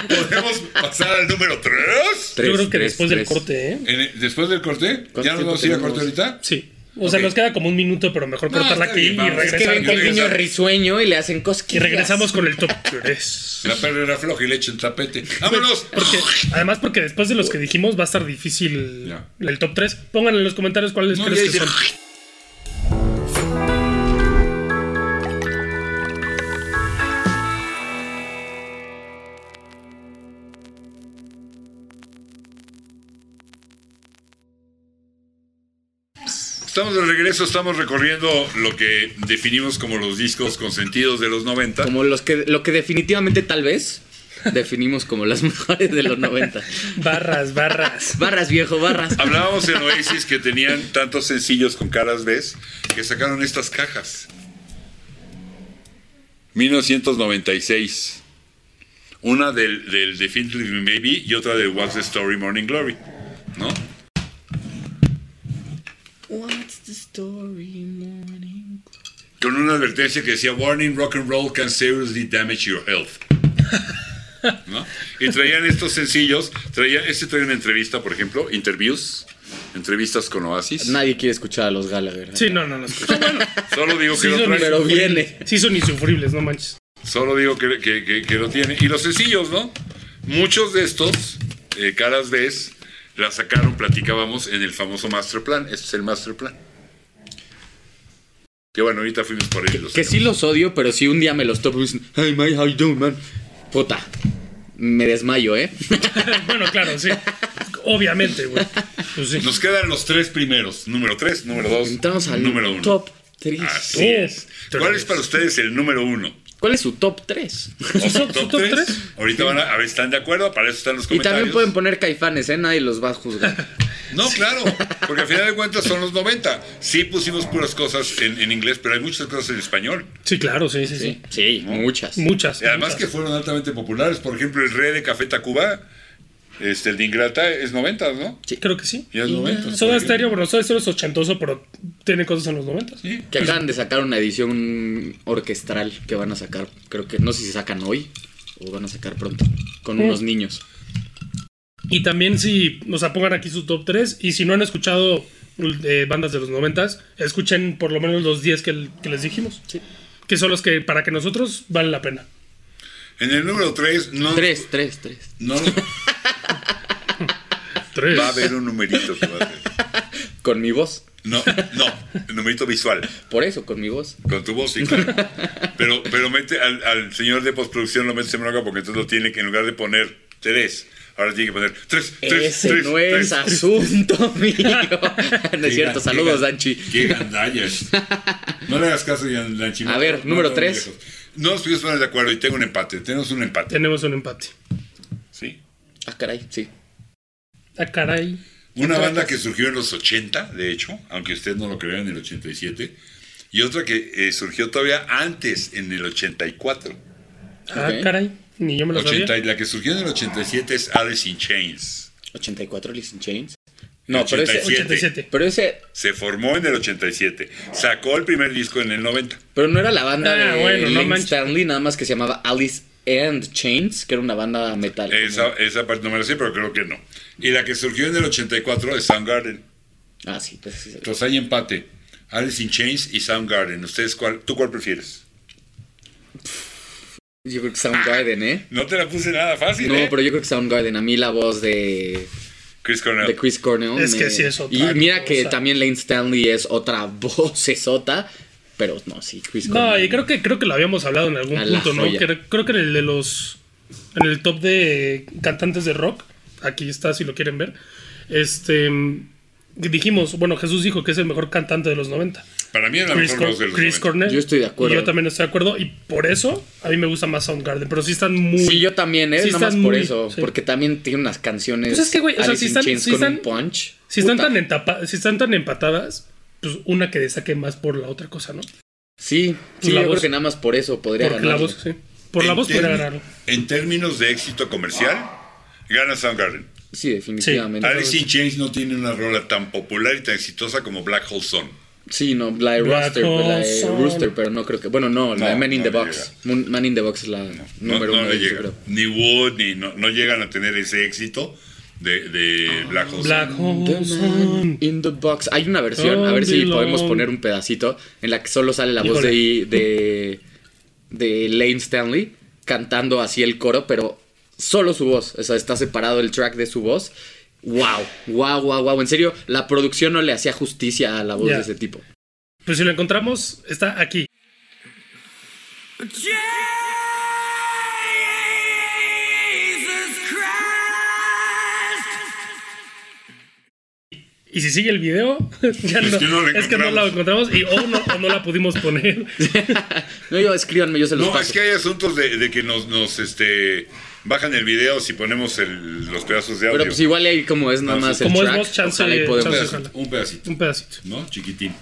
A: podemos pasar al número 3?
C: Yo
B: Tres,
C: creo que
B: tres,
C: después del
B: tres.
C: corte, ¿eh?
A: Después del corte,
B: ¿Cuánto
A: ¿ya nos
B: tiempo
A: vamos a ir a
B: tenemos?
A: corte ahorita?
C: Sí. O sea,
A: Ok.
C: nos queda como un minuto, pero mejor
A: No,
C: cortarla
A: está
C: aquí
A: bien,
C: y
A: vamos.
B: Es que
C: regresar.
B: ven que el niño es risueño y le hacen
C: Y
B: cosquillas.
C: regresamos con el top 3.
A: La perra era floja y le echen tapete. ¡Vámonos!
C: Porque, además, porque después de los que dijimos va a estar difícil
A: Ya.
C: el top 3. Pongan en los comentarios cuáles
A: No,
C: crees
A: ya
C: que
A: hice-
C: son.
A: Estamos de regreso, estamos recorriendo lo que definimos como los discos consentidos de los 90.
B: Como los que, lo que definitivamente tal vez definimos como las mejores de los 90.
C: Barras, barras.
B: Barras, viejo, barras.
A: Hablábamos en Oasis que tenían tantos sencillos con caras B E que sacaron estas cajas. 1996. Una del, del Definitely Maybe y otra del What's the Story Morning Glory. ¿No?
B: What's the story, morning?
A: Con una advertencia que decía Warning, rock and roll can seriously damage your health. ¿No? Y traían estos sencillos, traía, este traía una entrevista, por ejemplo, interviews, entrevistas con Oasis.
B: Nadie quiere escuchar a los Gallagher.
C: Sí, no, no, no.
A: Solo digo que
C: Sí
A: lo
C: son,
A: traen.
B: Pero
C: insufribles.
B: viene.
C: sí son insufribles, no manches.
A: Solo digo que, que- que- que lo tiene. Y los sencillos, ¿no? Muchos de estos, eh, caras ves, la sacaron, platicábamos en el famoso Master Plan. Este es el Master Plan. Que bueno, ahorita fuimos por ahí. Los
B: Que sí los odio, pero si un día me los topo y dicen, hey, mate, how you doing, man? Puta, me desmayo, ¿eh?
C: bueno, claro, sí. Obviamente, güey. Pues sí.
A: Nos quedan los tres primeros. Número tres, número dos,
B: Entramos al
A: número uno. Ah,
B: top 3.
A: Así es.
C: Top
A: ¿Cuál es
C: tres.
A: para ustedes el número uno?
B: ¿Cuál es su top 3?
C: ¿Su top
A: tres.
C: tres?
A: Ahorita van a, a ver, ¿están de acuerdo? Para eso están los
B: Y
A: comentarios.
B: también pueden poner caifanes, ¿eh? Nadie los va a juzgar.
A: No, claro, porque al final de cuentas son los 90. Sí pusimos puras cosas en, en inglés, pero hay muchas cosas en español.
C: Sí, claro, sí, sí, sí.
B: Sí, sí, muchas.
C: Muchas.
A: Y además que
C: muchas.
A: fueron altamente populares. Por ejemplo, el rey de Café Tacuba, este, el de Ingrata, es 90, ¿no?
C: Creo que sí.
A: Ya es 90.
C: Soda Stereo, bueno, Soda Stereo es ochentoso, pero tiene cosas en los noventas.
A: Sí.
B: Que acaban de sacar una edición orquestral que van a sacar, creo que no sé si sacan hoy o van a sacar pronto, con
C: Sí.
B: unos niños.
C: Y también si nos pongan aquí su top 3 y si no han escuchado eh, bandas de los noventas, escuchen por lo menos los 10 que, que les dijimos.
B: Sí.
C: Que son los que para que nosotros vale la pena.
A: En el número 3, no,
B: Tres, tres, tres.
A: no
C: Tres.
A: va a haber un numerito que va a hacer.
B: Con mi voz.
A: No, no, el numerito visual.
B: Por eso, con mi voz.
A: Con tu voz, sí, claro. Pero, pero mete al, al señor de postproducción lo metes en bronca porque entonces lo tiene que, en lugar de poner tres, ahora tiene que poner tres, tres,
B: Ese
A: tres,
B: no es
A: tres.
B: asunto mío. no es
A: Qué
B: cierto,
A: gan-
B: saludos,
A: qué gan-
B: Danchi.
A: Qué gandallas. No le hagas caso, Yan- Danchi.
B: A ver, número
A: no,
B: tres.
A: lejos. No estuvimos mal de acuerdo y tengo un empate. Tenemos un empate.
C: Tenemos un empate.
A: ¿sí?
B: Ah, caray, sí.
C: Ah, caray.
A: Una banda que surgió en los 80, de hecho, aunque usted no lo crea, en el 87. Y otra que eh, surgió todavía antes, en el 84.
C: Ah,
B: Ok.
C: caray. Ni yo me lo
A: 80
C: sabía.
A: y la que surgió en el 87 es Alice in Chains.
B: 84 Alice in Chains. No, pero
A: 87.
B: ese,
C: 87.
B: pero ese,
A: Se formó en el 87. Sacó el primer disco en el 90.
B: pero no era la banda
C: Ah,
B: de
C: bueno, no
B: Len
C: manches.
B: Stanley, nada más que se llamaba Alice and Chains, que era una banda metal.
A: Esa, esa parte no me la sé, pero creo que no. Y la que surgió en el 84 es Soundgarden.
B: Ah, sí, pues sí.
A: Entonces hay empate. Alice in Chains y Soundgarden. ¿Ustedes cuál, ¿Tú cuál prefieres?
B: Yo creo que Soundgarden, ¿eh?
A: No te la puse nada
C: Ah,
A: fácil,
B: No,
A: ¿eh?
B: pero yo creo que Soundgarden. A mí la voz de,
A: Chris Cornell.
B: de Chris Cornell.
C: Es que sí es otra
B: Y mira
C: cosa.
B: que también Lane Stanley es otra voz esota. Pero no, sí, Chris
C: No,
B: Cornell.
C: y creo que creo que lo habíamos hablado en algún
B: A la
C: punto, ¿no?
B: joya.
C: Que- creo que en el de los en el top de cantantes de rock, aquí está si lo quieren ver. Este dijimos, bueno, Jesús dijo que es el mejor cantante de los 90.
A: Para mí es la
C: Chris,
A: mejor
C: Cor-
A: voz de los
C: Chris
A: 90.
C: Cornell.
B: Yo estoy de acuerdo.
C: Y yo también estoy de acuerdo y por eso a mí me gusta más Soundgarden, pero sí están muy
B: Sí, yo también, ¿eh?
C: Mm. Sí
B: Nada más
C: están
B: por
C: muy-
B: eso.
C: sí.
B: Porque también tiene unas canciones.
C: Pues es que, güey, o sea,
B: Alice
C: si
B: in
C: están-
B: Chains
C: si
B: con
C: están-
B: un punch.
C: si están
B: puta.
C: tan entapa- si están tan empatadas, pues una que destaque más por la otra cosa, ¿no?
B: Sí, sí,
C: la
B: yo
C: voz.
B: creo que nada más por eso podría
C: Por la
B: ganar.
C: voz, sí. Por la
A: En
C: voz podría
A: termi-
C: ganarlo.
A: En términos de éxito comercial, gana Soundgarden.
B: Sí, definitivamente.
A: Alice in Chains no tiene una rola tan popular y tan exitosa como Black Hole Sun.
B: Sí, no, la de
C: Black
B: Rooster, la de
C: Hole Sun.
B: Rooster, pero no creo que. Bueno, no, la de
A: No,
B: Man in
A: no
B: the
A: le
B: Box. Moon- Man in the Box es la
A: No,
B: número
A: no le
B: uno de ellos, yo
A: llega.
B: creo.
A: Ni Wood, ni no, no llegan a tener ese éxito de, de Black Hole Sun.
C: Black
B: The
C: Hole
B: Man
C: Sun.
B: in the Box. Hay una versión, a ver si
C: Don't
B: podemos
C: belong.
B: poner un pedacito, en la que solo sale la voz de, de, de Lane Stanley cantando así el coro, pero solo su voz. O sea, está separado el track de su voz. Wow, wow, wow, wow. En serio, la producción no le hacía justicia a la voz
C: Ya.
B: de ese tipo.
C: Pues si lo encontramos, está aquí.
D: Jesus Christ!
C: Y si sigue el video, ya
A: Es
C: no,
A: que no la
C: es que no la encontramos y o no, o no la pudimos poner.
B: No, yo escríbanme, yo se los
A: No,
B: paso.
A: es que hay asuntos de, de que nos, nos este, bajan el video si ponemos el- los pedazos de audio.
B: Pero pues igual ahí como es nada
A: No,
B: más
A: sí.
B: el
C: Como es
B: track,
C: voz, chance-
B: ojalá y
A: un
B: podemos...
C: chance-
A: pedacito, un pedacito,
C: Un pedacito.
A: ¿no? Chiquitín.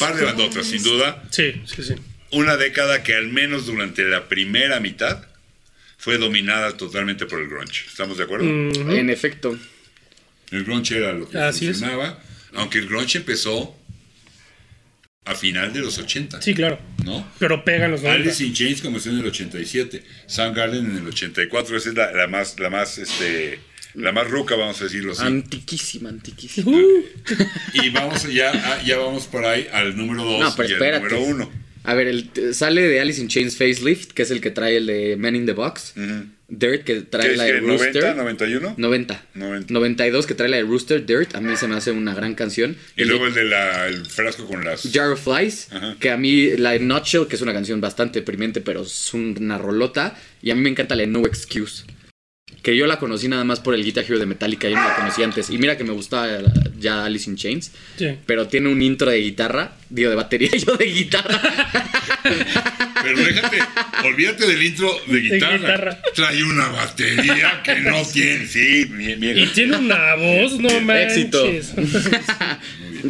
A: Par de bandotas, sin duda.
C: Sí, sí, sí.
A: Una década que al menos durante la primera mitad fue dominada totalmente por el grunge. ¿Estamos de acuerdo?
B: En efecto.
A: El grunge era lo que
C: Así es.
A: funcionaba, aunque el grunge empezó a final de los 80,
C: Sí, claro.
A: ¿no?
C: Pero pegan los nombres.
A: Alice in Chains comenzó en el 87, Soundgarden en el 84, esa es la, la más la más este la más ruca, vamos a decirlo así.
B: Antiquísima, antiquísima.
C: Uh,
A: Y vamos ya ah, ya vamos por ahí al número 2
B: No, pero
A: y al
B: espérate.
A: número 1.
B: A ver, el, sale de Alice in Chains Facelift, que es el que trae el de Men in the Box. Dirt, que
A: ¿Qué
B: trae
A: es
B: la de
A: que 90,
B: Rooster.
A: 91?
B: 90.
A: 90.
B: 92, que trae la de Rooster. Dirt, a mí se me hace una gran canción.
A: Y
B: El
A: luego el de la el frasco con las
B: de Jar of Flies,
A: Ajá.
B: que a mí, la de Nutshell, que es una canción bastante deprimente, pero es una rolota. Y a mí me encanta la de No Excuse. Que yo la conocí nada más por el Guitar Hero de Metallica, yo no la conocí antes. Y mira que me gustaba la- ya Alice in Chains.
C: Sí.
B: Pero tiene un intro de guitarra, digo de batería y yo de guitarra.
A: Pero déjate, olvídate del intro de guitarra.
C: guitarra.
A: Trae una batería que no tiene. Sí, mi- mira.
C: Y tiene una voz, no manches.
B: Éxito.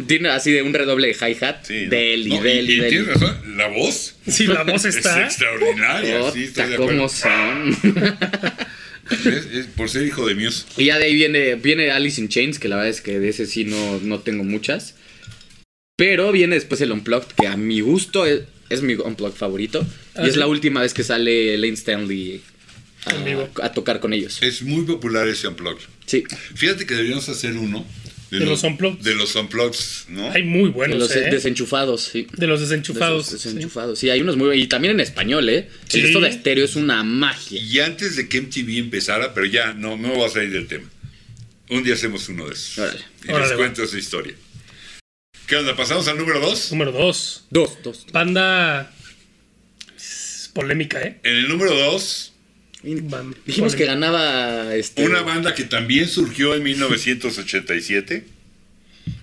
B: tiene así de un redoble de hi-hat.
A: Sí, ¿no?
B: del y
A: No,
B: del
A: y
B: y del.
A: tienes razón, la voz
C: Si la voz
A: es
C: está.
A: extraordinaria.
B: Puta,
A: sí, estoy de acuerdo.
B: ¿Cómo son?
A: Es- es por ser hijo de Muse.
B: Y ya de ahí viene, viene Alice in Chains, que la verdad es que de ese sí no, no tengo muchas. Pero viene después el Unplugged, que a mi gusto es, es mi Unplugged favorito.
C: Ah,
B: y es
C: sí.
B: la última vez que sale Lane Stanley
C: En vivo.
B: a, a tocar con ellos.
A: Es muy popular ese unplugged.
B: Sí,
A: Fíjate que deberíamos hacer uno
C: De los unplugged.
A: De los unplugged, ¿no?
C: Hay muy
B: de
C: buenos,
B: los
C: ¿eh?
B: desenchufados, sí.
C: De los
B: De
C: desenchufados.
B: esos Desenchufados, sí. hay unos muy Y también en español, ¿eh?
C: Sí.
B: El esto de estéreo es una magia.
A: Y antes de que MTV empezara, pero ya no, no voy a salir del tema. Un día hacemos uno de esos.
B: Órale.
A: Y les
C: Órale, va.
A: cuento esa historia. ¿Qué onda? ¿Pasamos al número 2?
C: Número 2.
B: Dos, dos.
C: Banda. es Polémica, ¿eh?
A: En el número 2,
C: Banda-
B: Dijimos que
C: polémica.
B: ganaba este.
A: una banda que también surgió en 1987,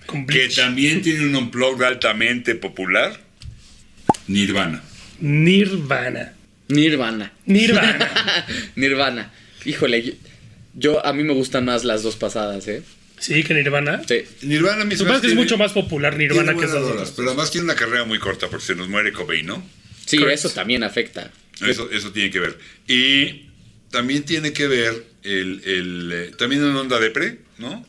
C: Con
A: que
C: Bleach.
A: también tiene un unplugged altamente popular, Nirvana.
C: Nirvana.
B: Nirvana.
C: Nirvana.
B: Nirvana. Híjole, yo, yo- a mí me gustan más las dos pasadas, ¿eh?
C: sí, que Nirvana.
B: Sí.
A: Nirvana me
C: Supongo que es
A: tiene-
C: mucho más popular Nirvana
A: tiene
C: que
A: buenas
C: esas
A: rolas,
C: otras.
A: Pero además tiene una carrera muy corta porque se nos muere Cobain, ¿no?
B: Sí,
C: Correct.
B: eso también afecta.
A: Eso, eso tiene que ver. Y también tiene que ver el, el eh, también una onda de pre, ¿no?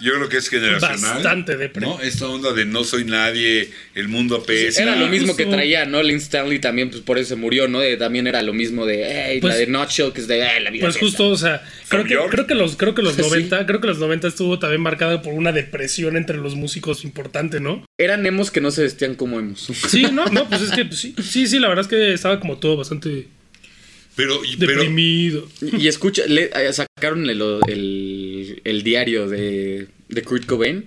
A: Yo creo que es generacional.
C: Bastante depre.
A: ¿No? Esta onda de no soy nadie, el mundo apesta.
B: Era lo mismo que
C: justo.
B: traía, ¿no? Lynn Stanley también, pues por eso se murió, ¿no? De- también era lo mismo de, "Ey,
C: Pues-
B: la de Nutshell, que es de, "Ey, la vida es
C: Pues
B: esta".
C: justo, o sea, creo que,
A: York.
C: creo que los creo que los
B: Sí.
C: 90, creo que los 90 estuvo también marcada por una depresión entre los músicos importante, ¿no?
B: Eran emos que no se vestían como emos.
C: Sí, no, no, pues es que pues sí, sí, sí, la verdad es que estaba como todo bastante
A: Pero, y- pero
C: deprimido.
B: y escucha, le- eh, sacaron el, el- el diario de, de Kurt Cobain.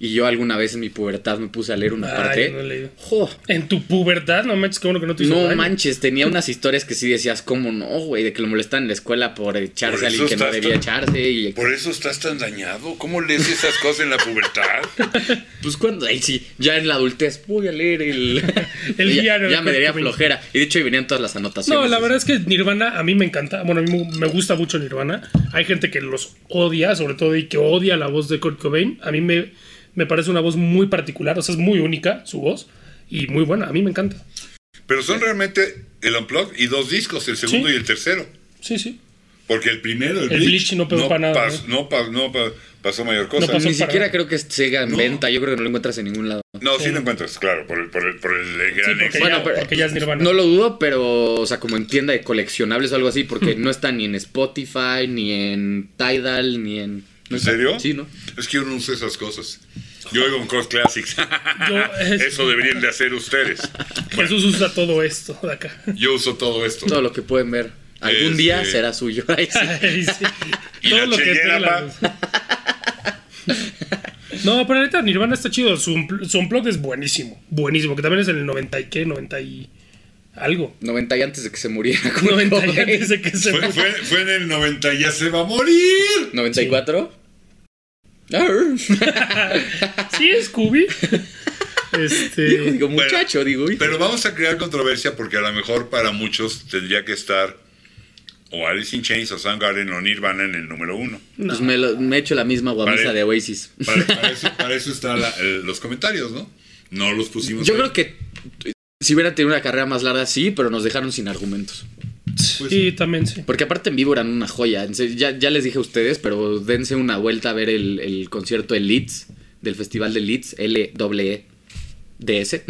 B: Y yo alguna vez en mi pubertad me puse a leer una
C: Ay,
B: parte.
C: no he leído.
B: ¡Jo!
C: En tu pubertad, no manches, que bueno que no te hizo
B: No
C: daño.
B: manches, tenía unas historias que sí decías, ¿cómo no, güey? De que lo molestan en la escuela por echarse
A: Por
B: a alguien
A: eso
B: que no
A: estás
B: debía
A: tan-
B: echarse. Y
A: por eso estás tan dañado. ¿Cómo lees esas cosas en la pubertad?
B: pues cuando, ahí sí, ya en la adultez, voy a leer el,
C: El
B: ya,
C: diario de
B: Ya me daría
C: Kurt Cobain.
B: flojera. Y de hecho, ahí venían todas las anotaciones.
C: No, la verdad es que Nirvana a mí me encanta. Bueno, a mí me gusta mucho Nirvana. Hay gente que los odia, sobre todo, y que odia la voz de Kurt Cobain. A mí me, me parece una voz muy particular, o sea, es muy única su voz y muy buena. A mí me encanta.
A: Pero son realmente el Unplugged y dos discos, el segundo
C: Sí.
A: y el tercero.
C: Sí, sí.
A: Porque el primero, el,
C: El Bleach no pegó pa' nada,
A: pas-
C: ¿no?
A: no pa- no pa- pasó mayor cosa.
C: pasó
B: Ni
C: para-
B: siquiera creo que siga en
A: No.
B: venta. Yo creo que no lo encuentras en ningún lado.
A: No, sí lo encuentras, claro, por el, por el, por el
C: Sí,
A: gran
C: porque,
A: éxito.
B: Bueno,
C: ya,
B: pero-
C: porque ya es Nirvana.
B: No lo dudo, pero, o sea, como en tienda de coleccionables o algo así,
C: Hmm.
B: porque no está ni en Spotify, ni en Tidal, ni en. no
A: ¿En
B: está-
A: serio?
B: Sí, ¿no?
A: Es que yo no uso esas cosas. Yo oigo un Core Classics.
C: Yo-
A: Ah,
C: eh,
A: Eso deberían de hacer ustedes.
C: Jesús usa todo esto de acá.
A: Yo uso todo esto.
B: Todo lo que pueden ver. Algún
A: Este-
B: día será suyo. Ay, sí.
C: Ay, sí.
A: Y
C: Todo
A: la
C: lo que
A: chellera,
C: tenga la luz. No, pero ahorita Nirvana está chido. Su, unpl- su unplugged es buenísimo. Buenísimo. Que también es en el 90 y qué, 90 y algo.
B: 90 y antes de que se muriera. como
C: 90 y
B: joven.
C: antes de que se
A: Fue, fue, fue en el 90, ya se va a morir.
B: 94. Arr.
C: Sí, Scooby.
B: Digo,
C: Este.
B: digo, muchacho, digo. hijo.
A: Pero vamos a crear controversia porque a lo mejor para muchos tendría que estar o Alice in Chains o Soundgarden o Nirvana en el número uno.
B: Pues me, lo- me echo la misma guamisa
A: Vale.
B: de Oasis.
A: Para, para eso, para eso están los comentarios, ¿no? No los pusimos.
B: Yo
A: ahí.
B: creo que eh, si hubiera tenido una carrera más larga, sí, pero nos dejaron sin argumentos.
A: Pues
C: sí, también sí.
B: Porque aparte en vivo eran una joya. En serio, Ya, ya les dije a ustedes, pero dense una vuelta a ver el, el concierto de Leeds, del Festival de Leeds, E L-E-E-D-S.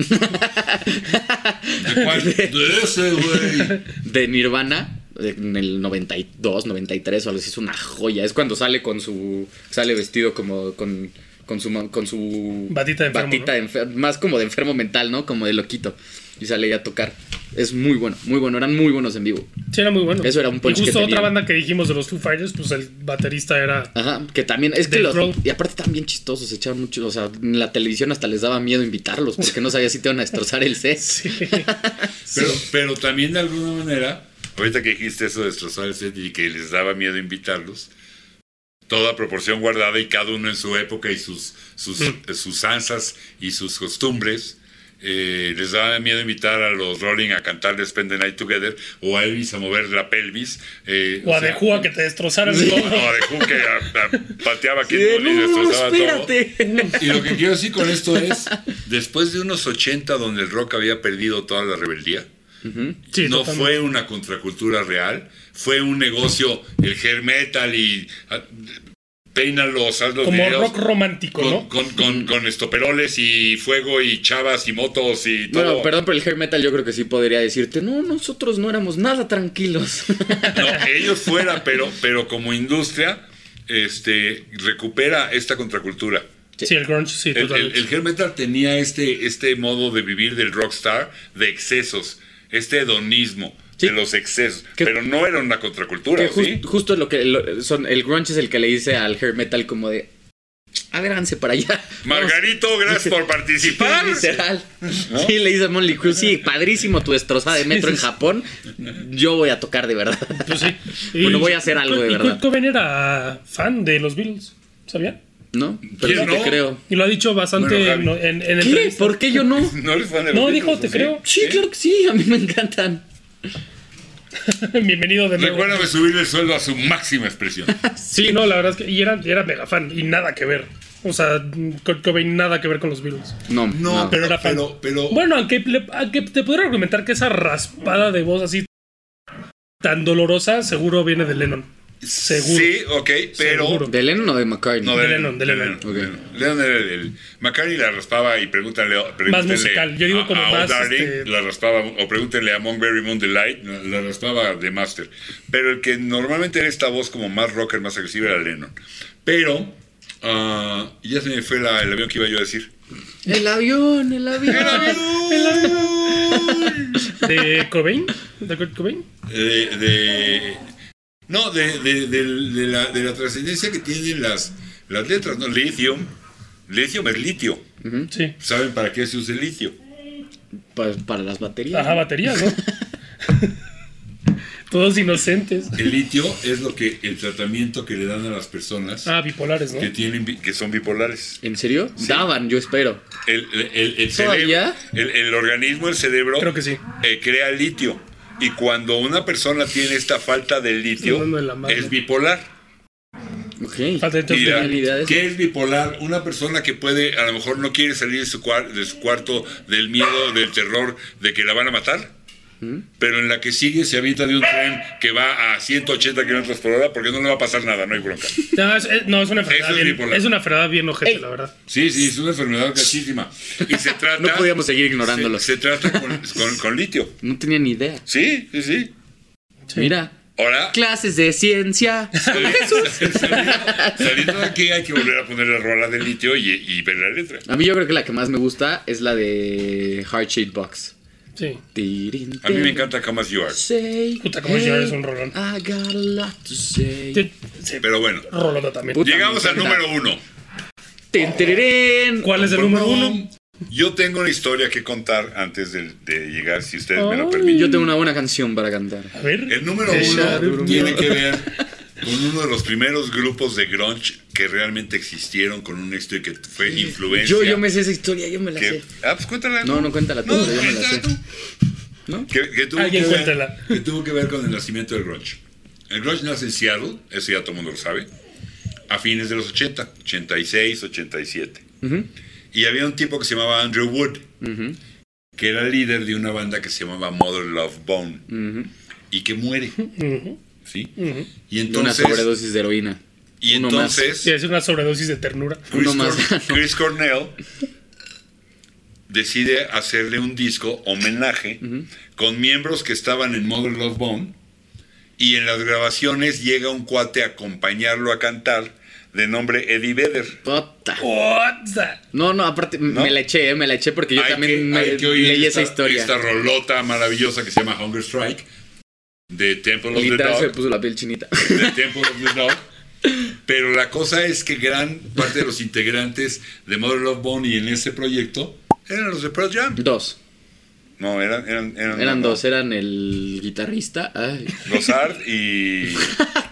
A: ¿De cuál? De ese, güey.
B: de Nirvana en el 92, 93 o algo así, es una joya. Es cuando sale con su sale vestido como con con su ma- con su
C: Batita de enfermo,
B: batita de enfer- más como de enfermo mental, ¿no? Como de loquito y sale ya a tocar. Es muy bueno, muy bueno, eran muy buenos en vivo.
C: Sí, era muy bueno.
B: Eso era un punch
C: Y justo
B: que
C: otra
B: tenían.
C: banda que dijimos de los Foo Fighters, pues el baterista era.
B: Ajá, que también es que
C: Dave
B: los
C: Grohl.
B: y aparte están bien chistosos, se echaban mucho, o sea, en la televisión hasta les daba miedo invitarlos porque no sabía si te iban a destrozar el set.
C: Sí.
A: Pero, pero también de alguna manera, ahorita que dijiste eso de destrozar el set y que les daba miedo invitarlos, toda proporción guardada y cada uno en su época y sus, sus, sus ansas y sus costumbres. Eh, les daba miedo invitar a los Rolling a cantar Spend the Night Together o a Elvis a mover la pelvis. eh,
C: O a
A: sea,
C: De Who a que te destrozaran
A: no,
C: todo.
A: no, de Who que a- a- pateaba aquí
B: Sí,
A: y destrozaba todo.
B: espérate.
A: Y lo que quiero decir con esto es, después de unos 80 donde el rock había perdido toda la rebeldía,
C: Sí,
A: no
C: totalmente.
A: fue una contracultura real, fue un negocio, el hair metal y ah, peínalos, haz los
C: Como
A: videos
C: rock romántico,
A: con,
C: ¿no?
A: con- con- con estoperoles y fuego y chavas y motos y todo.
B: Bueno, perdón, pero el hair metal yo creo que sí podría decirte, no, nosotros no éramos nada tranquilos.
A: No, ellos fuera, pero, pero como industria este, recupera esta contracultura.
C: Sí, el grunge, sí,
A: El, el,
C: totalmente.
A: el hair metal tenía este, este modo de vivir del rockstar de excesos, este hedonismo
B: Sí.
A: de los excesos,
B: Que-
A: pero no era una contracultura,
B: Que jus-
A: ¿sí?
B: Justo lo que lo- son, el grunge es el que le dice al hair metal como de, a ver, háganse para allá. Vamos.
A: Margarito, gracias por participar.
B: Literal. Sí, le dice a Monly Cruz, sí, padrísimo tu destrozada de metro en Japón. Yo voy a tocar de verdad.
C: Pues sí. Y-
B: Bueno, voy a hacer algo de
C: y
B: verdad.
C: Kurt Cobain era fan de los Beatles, ¿sabía?
B: ¿No?
A: ¿Quién
B: Pero sí
A: no?
B: te creo.
C: Y lo ha dicho bastante
A: Bueno, Javi.
C: no, en, en
B: ¿Qué?
C: entrevistas.
B: ¿Por qué yo no?
A: No eres fan de
C: No,
A: los
C: dijo,
A: Beatles,
C: te
A: ¿o sí?
C: creo.
B: Sí, claro que sí, a mí me encantan.
C: Bienvenido de nuevo.
A: Recuérdame subir el sueldo a su máxima expresión.
C: Sí, no, la verdad es que y era, y era mega fan y nada que ver. O sea, Kurt Cobain nada que ver con los Beatles.
B: No,
A: No,
B: no.
A: pero,
C: Era fan.
A: pero, pero,
C: Bueno, aunque, le- aunque te podría argumentar que esa raspada de voz así tan dolorosa seguro viene de Lennon. Seguro.
A: sí, ok, pero
C: Seguro.
B: ¿De Lennon o de McCartney?
A: No,
C: De
A: de Lennon,
C: Lennon, de
A: de
C: Lennon.
A: Lennon. Lennon era el, el- McCartney la raspaba y pregúntale. pregúntenle
C: musical, yo digo
A: a-
C: como
A: a
C: más,
A: O'Darling
C: este-
A: La raspaba, o pregúntenle a Montgomery Moon Delight, la raspaba de Master. Pero el que normalmente era esta voz como más rocker, más agresiva era Lennon. Pero, ah, ya se me fue la- el avión que iba yo a decir.
B: El avión, el avión.
C: ¿De Cobain? ¿De Kurt Cobain?
A: Eh, de, de- no de, de- de- de la, de la trascendencia que tienen las las letras no lithium lithium es litio
C: Sí.
A: saben para qué se usa el litio
B: Para, para las baterías.
C: Ajá, baterías, ¿no? Todos inocentes.
A: el litio es lo que el tratamiento que le dan a las personas
C: Ah, bipolares, ¿no?
A: que tienen bi- que son bipolares
B: ¿En serio? Daban, yo espero.
A: el, el- el- el
B: ¿Todavía?
A: cerebro el, el organismo el cerebro
C: Creo que sí.
A: eh, crea litio y cuando una persona tiene esta falta de litio
C: Hablando de la madre.
A: es bipolar
B: Ok.
C: Falta Ah, de
A: Mira,
B: habilidades.
A: ¿Qué es bipolar? Una persona que puede, a lo mejor no quiere salir de su, cuar- de su cuarto del miedo, del terror de que la van a matar,
B: ¿Mm?
A: pero en la que sigue se avienta de un tren que va a 180 kilómetros por hora porque no le va a pasar nada, no hay bronca.
C: No, es, es- no, es una enfermedad
A: Eso es
C: bien.
A: bipolar.
C: Es una enfermedad bien ojete,
B: Ey.
C: la verdad.
A: Sí, sí, es una enfermedad gachísima. Y se trata.
B: No podíamos seguir
A: se,
B: ignorándolo.
A: se trata con, con- con litio.
B: No tenía ni idea.
A: Sí, sí, sí.
B: Mira.
A: Ahora,
B: Clases de ciencia.
A: saliendo, saliendo de aquí hay que volver a poner la rola de litio y, y ver la letra.
B: A mí yo creo que la que más me gusta es la de Heart Shape Box.
C: Sí.
B: Tirin,
A: A mí me
B: tin,
A: encanta Camas You Are.
B: say,
C: Puta, cómo
B: hey,
C: llorar es un rolón.
B: I got a lot to say.
C: Te- sí,
A: Pero bueno,
C: Rolota también.
B: Puta,
A: llegamos
B: me
A: al
B: encanta.
A: número uno.
B: Tin, tirirín.
C: ¿Cuál es el número uno?
A: Yo tengo una historia que contar antes de, de llegar, si ustedes me lo
C: Ay.
A: permiten.
B: Yo tengo una buena canción para cantar.
C: A ver.
A: El número
B: Ella
A: uno
B: durmió.
A: tiene que ver con uno de los primeros grupos de grunge que realmente existieron con un éxito y que fue influencia.
B: Yo, yo me sé esa historia, yo me la
A: que-
B: sé.
A: ah, pues cuéntala.
B: No, no, cuéntala tú, pero yo me la
A: cuéntala
B: sé.
A: tú.
B: ¿No?
A: Que, que tuvo
C: Alguien
A: que ver-
C: cuéntala.
A: que tuvo que ver con el nacimiento del grunge. El grunge nace en Seattle, eso ya todo el mundo lo sabe, a fines de los 80, 86, 87. Y había un tipo que se llamaba Andrew Wood, que era líder de una banda que se llamaba Mother Love Bone, y que muere. ¿sí? Y
B: De una
A: entonces,
B: sobredosis de heroína.
A: y
B: uno más.
A: entonces
C: Sí, es una sobredosis de ternura.
A: Chris,
B: Uno más.
A: Corn- Chris Cornell decide hacerle un disco homenaje con miembros que estaban en Mother Love Bone y en las grabaciones llega un cuate a acompañarlo a cantar de nombre Eddie Vedder.
B: Puta.
C: Puta.
B: No, no, aparte me la eché, eh, me la eché porque yo
A: Hay
B: también
A: que-
B: me-
A: hay que oír
B: leí esa
A: esta-
B: historia.
A: Esta rolota maravillosa que se llama Hunger Strike de Temple of the
B: Literal se
A: Dog.
B: me puso la piel chinita.
A: de Temple of the Dog. Pero la cosa es que gran parte de los integrantes de Mother Love Bone y en ese proyecto eran los de Pearl Jam.
B: Dos.
A: No, eran, eran, eran,
B: Eran
A: no,
B: dos, eran el guitarrista. Ay,
A: Rosard y.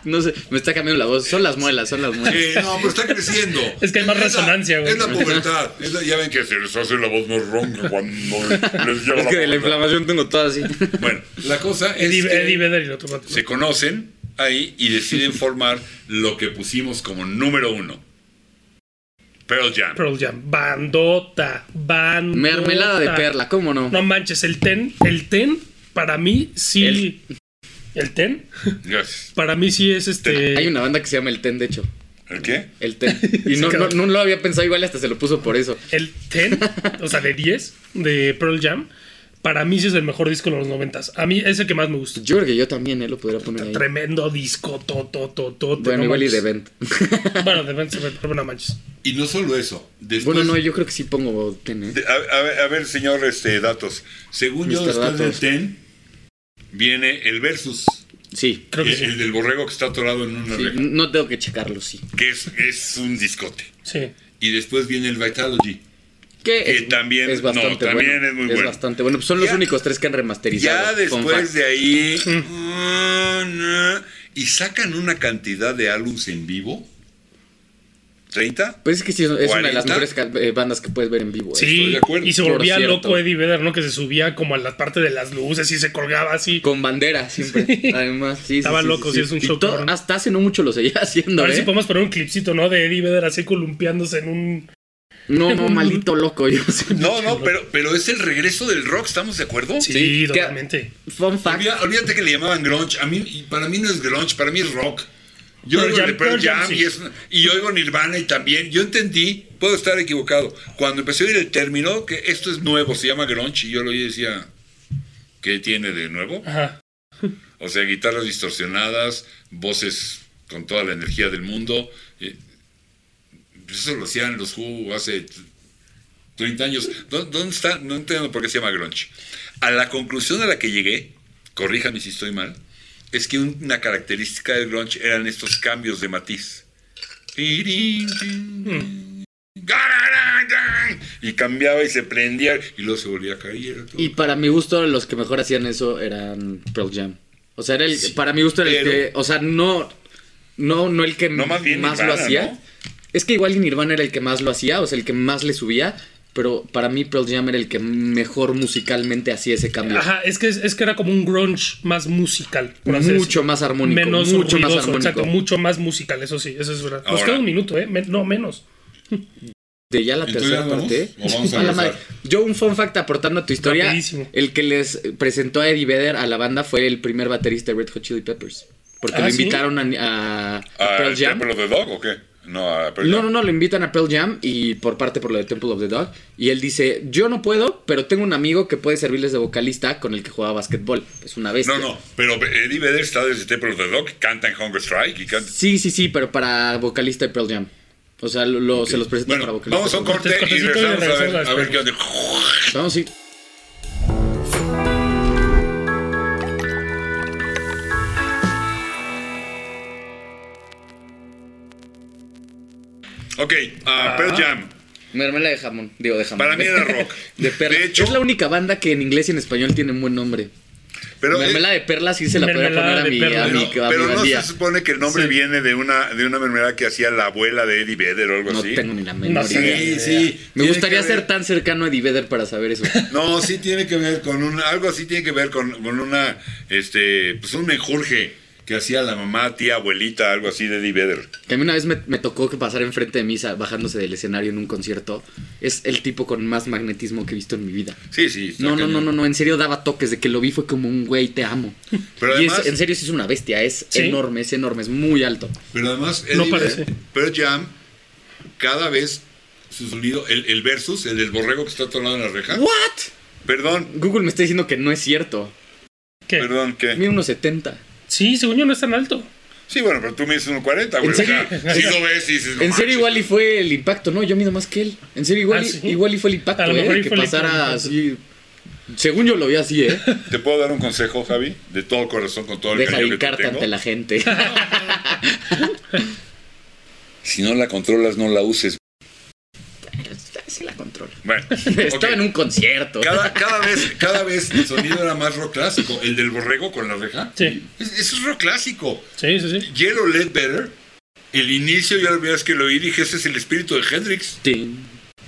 B: no sé, me está cambiando la voz. Son las muelas, son las muelas.
A: Eh, no, pero está creciendo.
C: Es que hay más
A: la-
C: resonancia, güey.
A: Es la pubertad. Es la- ya ven que se les hace la voz más ronca cuando les llega
B: Es que de
A: la pubertad.
B: la inflamación tengo todo así.
A: Bueno, la cosa es.
C: Eddie,
A: que-
C: Eddie Vedder y el otro vato.
A: se conocen ahí y deciden formar lo que pusimos como número uno. Pearl Jam.
C: Pearl Jam. Bandota. Bandota.
B: Mermelada de perla, ¿cómo no?
C: No manches, el ten. El ten, para mí, sí. El, ten,
A: Gracias.
C: para mí, sí es este.
B: Hay una banda que se llama El Ten, de hecho.
A: ¿El qué?
B: El Ten. Y no, no, no lo había pensado igual, hasta se lo puso por eso.
C: El ten, o sea, de 10 de Pearl Jam. Para mí, sí es el mejor disco de los noventas. A mí es el que más me gusta.
B: Yo creo que yo también eh, lo podría poner ahí.
C: Tremendo disco, to, to, to, to,
B: Bueno,
C: no
B: igual y de
C: manches.
B: Vent.
C: Bueno, de Vent se me pero no manches.
A: Y no solo eso. Después,
B: bueno, no, yo creo que sí pongo Ten, ¿eh?
A: de- a, a ver- a ver, señor este, Datos. Según yo,
B: Mr.
A: después del
B: Datos.
A: Ten, viene el Versus.
B: Sí.
C: Creo que
A: el, el
C: sí.
A: del borrego que está atorado en una
B: Sí,
A: reja.
B: No tengo que checarlo, sí.
A: Que es, es un discote.
C: Sí.
A: Y después viene el Vitalogy.
B: Que
A: Que también- no, también es muy bueno.
B: bastante bueno. Pues son los
A: Ya-
B: únicos tres que han remasterizado.
A: Ya
B: Fun
A: después
B: fact.
A: de ahí. ah, no, y sacan una cantidad de álbums en vivo. ¿30?
B: Pues es que sí, es una de las
A: 40.
B: mejores ca- eh, bandas que puedes ver en vivo. eh.
A: Estoy
C: Sí,
A: de acuerdo.
C: y se
B: Por
C: volvía
B: cierto.
C: loco Eddie Vedder, ¿no? Que se subía como a la parte de las luces y se colgaba así.
B: Con bandera siempre. Además, sí. sí,
C: Estaba
B: sí,
C: loco, sí, es un
B: Y
C: show,
B: todo-
C: cabrón.
B: Hasta hace no mucho lo seguía haciendo,
C: A ver
B: ¿eh?
C: si podemos poner un clipcito, ¿no? De Eddie Vedder así columpiándose en un...
B: No, no, maldito loco. Yo sí.
A: No, no, pero, pero es el regreso del rock, ¿estamos de acuerdo?
C: Sí,
B: Sí, que-
C: totalmente.
B: Fun fact.
A: Olvida- olvídate que le llamaban grunge. A mí, y para mí no es grunge, para mí es rock. Yo
C: Pearl
A: oigo
C: Jam,
A: el Pearl
C: Pearl Jam,
A: Jam
C: sí.
A: y, es, y yo oigo Nirvana y también. Yo entendí, puedo estar equivocado. Cuando empecé a oír el término, que esto es nuevo, se llama grunge, y yo lo oí y decía, ¿qué tiene de nuevo?
C: Ajá.
A: O sea, guitarras distorsionadas, voces con toda la energía del mundo. eh, pues Eso lo hacían los Who hace t- 30 años. ¿Dó- ¿Dónde está? No entiendo por qué se llama grunge. A la conclusión a la que llegué, corríjame si estoy mal, es que un- una característica del grunge eran estos cambios de matiz.
B: Hmm.
A: Y cambiaba y se prendía y luego se volvía a caer. todo.
B: Y para mi gusto, los que mejor hacían eso eran Pearl Jam. O sea, era el, para mi gusto era el
A: pero-
B: que. O sea, no. No, no el que
A: No, más
B: más,
A: bien
B: lo
A: Nirvana,
B: hacía.
A: ¿no?
B: Es que igual y Nirvana era el que más lo hacía, o sea, el que más le subía. Pero para mí Pearl Jam era el que mejor musicalmente hacía ese cambio.
C: Ajá, es que, es que era como un grunge más musical. por así
B: Mucho
C: decirlo.
B: más armónico.
C: Menos
B: mucho
C: ruidoso,
B: más armónico.
C: exacto, mucho más musical, eso sí, eso es verdad. Nos
A: Ahora.
C: queda un minuto, ¿eh? Men- no, menos.
B: De ya la
A: Entonces,
B: tercera
A: ¿ya vamos?
B: parte. ¿eh?
A: ¿O vamos a
B: la
A: regresar?
B: madre. Yo un fun fact aportando a tu historia.
C: Rapidísimo.
B: El que les presentó a Eddie Vedder a la banda fue el primer baterista de Red Hot Chili Peppers. Porque
C: Ah,
B: lo
C: ¿sí?
B: invitaron a, a- a
A: ¿A
B: Pearl Jam.
A: Temple Ah, ¿este of the Dog o qué? No, a Pearl
B: No,
A: Jam.
B: no, no, lo invitan a Pearl Jam y por parte por lo de Temple of the Dog. Y él dice, yo no puedo, pero tengo un amigo que puede servirles de vocalista con el que jugaba básquetbol. Es una bestia.
A: No, no, pero Eddie Vedder está desde Temple of the Dog, canta en Hunger Strike y canta.
B: Sí, sí, sí, pero para vocalista de Pearl Jam. O sea, lo, lo- se los presenta para
A: Bueno,
B: vocalista.
A: vamos a un corte y
C: Cortecito y
A: regresamos a ver,
C: regresamos
A: a
C: a
A: ver qué onda.
B: Vamos, sí.
A: Ok,
B: Ah.
A: a Pearl Jam.
B: Mermelada de jamón. Digo, de jamón.
A: Para mí era rock.
B: De perla.
A: De hecho-
B: es la única banda que en inglés y en español tiene un buen nombre.
A: Pero, eh,
B: mermelada de perla sí se la podría poner
C: mermelada
B: a
C: de
B: mi,
C: perla.
B: a
A: pero-
B: mi, a mi
A: pero no
B: bandía.
A: se supone que el nombre
C: Sí.
A: viene de una, de una mermelada que hacía la abuela de Eddie Vedder o algo
B: No
A: así.
B: tengo ni la menor
C: sé.
B: idea.
A: pues Sí, sí.
B: Me
A: tiene
B: gustaría
A: que ver-
B: ser tan cercano a Eddie Vedder para saber eso.
A: No, sí tiene que ver con un, algo así tiene que ver con, con una, este, pues un menjurje que hacía la mamá, tía, abuelita, algo así de Eddie Vedder.
B: Que a mí una vez me, me tocó que pasar enfrente de misa bajándose del escenario en un concierto. Es el tipo con más magnetismo que he visto en mi vida.
A: Sí, sí. está
B: No, no,
A: cañón.
B: no, no, no, en serio daba toques de que lo vi fue como un güey, te amo.
A: Pero
B: y es-
A: además-
B: en serio sí es una bestia, es
C: Sí.
B: enorme, es enorme, es muy alto.
A: Pero además,
C: No
A: Eddie
C: parece.
A: Vedder, Pearl Jam, cada vez su sonido, el, el versus, el del borrego que está atorado en la reja.
B: ¿What?
A: Perdón,
B: Google me está diciendo que no es cierto.
C: ¿Qué?
A: perdón, ¿qué?
B: Mide unos 70.
C: Sí, según yo no es tan alto.
A: Sí, bueno, pero tú mides 1.40, güey.
B: ¿En
A: o sea,
B: serio?
A: sí lo ves y dices, no
B: En serio
A: manches.
B: igual y fue el impacto, no, yo mido más que él. En serio igual,
C: Ah,
B: y-
C: ¿sí?
B: igual y fue el impacto,
C: A lo
B: eh,
C: mejor y
B: que
C: fue el
B: pasara
C: impacto.
B: así. Según yo lo vi así, eh.
A: ¿Te puedo dar un consejo, Javi? De todo corazón, con todo el
B: Deja de
A: cariño que te
B: hincarte
A: tengo.
B: ante la gente.
A: Si no la controlas, no la uses.
B: Sí la controlo. petróleo.
A: Bueno,
B: Estaba
A: ok.
B: en un concierto.
A: Cada, cada vez, cada vez el sonido era más rock clásico. El del borrego con la reja.
C: Sí.
A: Es- Eso es rock clásico.
C: Sí, sí, sí.
A: Yellow Led Better. El inicio, yo la primera vez que lo oí, dije, ese es el espíritu de Hendrix.
B: Tin,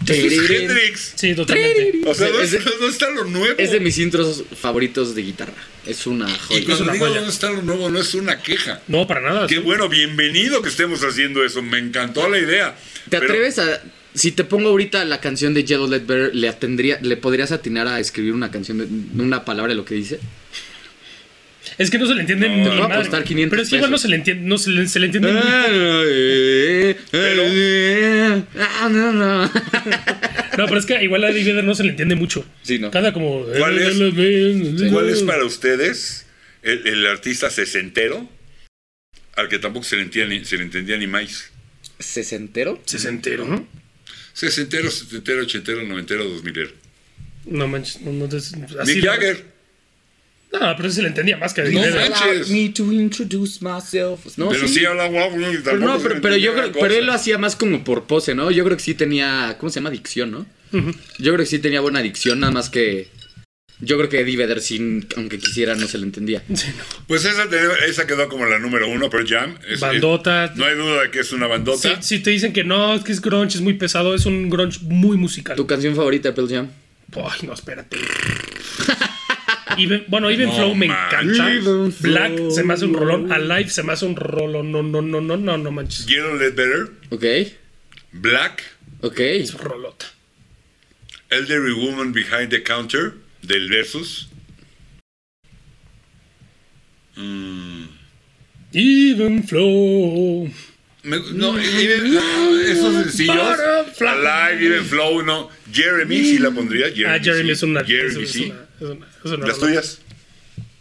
A: Ese es
B: tirirín.
A: Hendrix.
C: Sí, totalmente.
A: O sea,
B: O sea,
A: ¿dónde,
B: es de-
A: está- dónde está lo nuevo?
B: Es de mis intros favoritos de guitarra. Es una
A: y pues,
B: joya.
A: cuando
C: una
A: digo
C: joya.
A: dónde está lo nuevo, no es una queja.
C: No, para nada.
A: Qué bueno, bienvenido que estemos haciendo eso. Me encantó la idea.
B: ¿Te
A: Pero-
B: atreves a.? Si te pongo ahorita la canción de Yellow Let Better, ¿le, atendría, ¿le podrías atinar a escribir una canción, de, una palabra de lo que dice?
C: Es que no se le entiende
A: No,
C: ni
A: le voy a
C: madre.
B: apostar 500
C: Pero es que igual no
B: pesos. Ah,
C: se le entiende, no se le, se le entiende ni-
B: Pero... Ah, no, no.
C: No, pero es que igual a Eddie Vedder no se le entiende mucho.
B: Sí, no.
C: Cada como. "Eh,
A: ¿Cuál es? ¿Cuál es para ustedes el, el artista sesentero al que tampoco se le entendía ni, se le entendía ni más?
B: ¿Sesentero?
C: Sesentero, ¿no?
A: Sesentero, setentero, ochentero, noventero, dos milero.
C: No manches, no, no te- así
A: Mick
C: lo-
A: Jagger.
C: No, pero se le entendía más que a Eddie
A: No,
C: Vedder.
A: manches.
B: Allow me to introduce myself. No,
A: pero
B: sí.
A: sí hablaba guau, y tampoco
B: Pero, Pues no,
A: se
B: pero,
A: le
B: pero yo
A: entendía
B: creo,
A: la
B: pero él lo
A: cosa.
B: hacía más como por pose, ¿no? Yo creo que sí tenía, ¿cómo se llama? Adicción, ¿no? Yo creo que sí tenía buena adicción, nada más que yo creo que Eddie Vedder, sin, aunque quisiera, no se le entendía.
C: Sí, no.
A: Pues esa, te- esa quedó como la número uno, pero Jam. es-
C: Bandota.
A: es- no hay duda de que es una
C: Si,
A: bandota.
C: si te dicen que no, es que es grunge, es muy pesado, es un grunge muy musical.
B: ¿Tu canción favorita, Pearl Jam?
C: Ay, no, espérate. Even- bueno, Even
A: No
C: Flow me
A: manches.
C: encanta.
B: Even
C: Black
B: Flow.
C: se me hace un rolón. Alive se me hace un rolón. No, no, no, no, no, no manches.
A: Yellow Led Better,
B: Ok,
A: Black,
B: ok.
C: Es rolota.
A: Elderly Woman Behind the Counter, del Versus. Mm,
C: Even Flow.
A: me- no, even- ah, esos sencillos.
C: Butterfly.
A: Alive, Even Flow, no. Jeremy, sí la pondría. Jeremy,
C: ah, Jeremy
A: sí.
C: es una.
A: Jeremy,
C: es, es
A: sí.
C: una- es una- es una
A: Las
C: rola.
A: tuyas.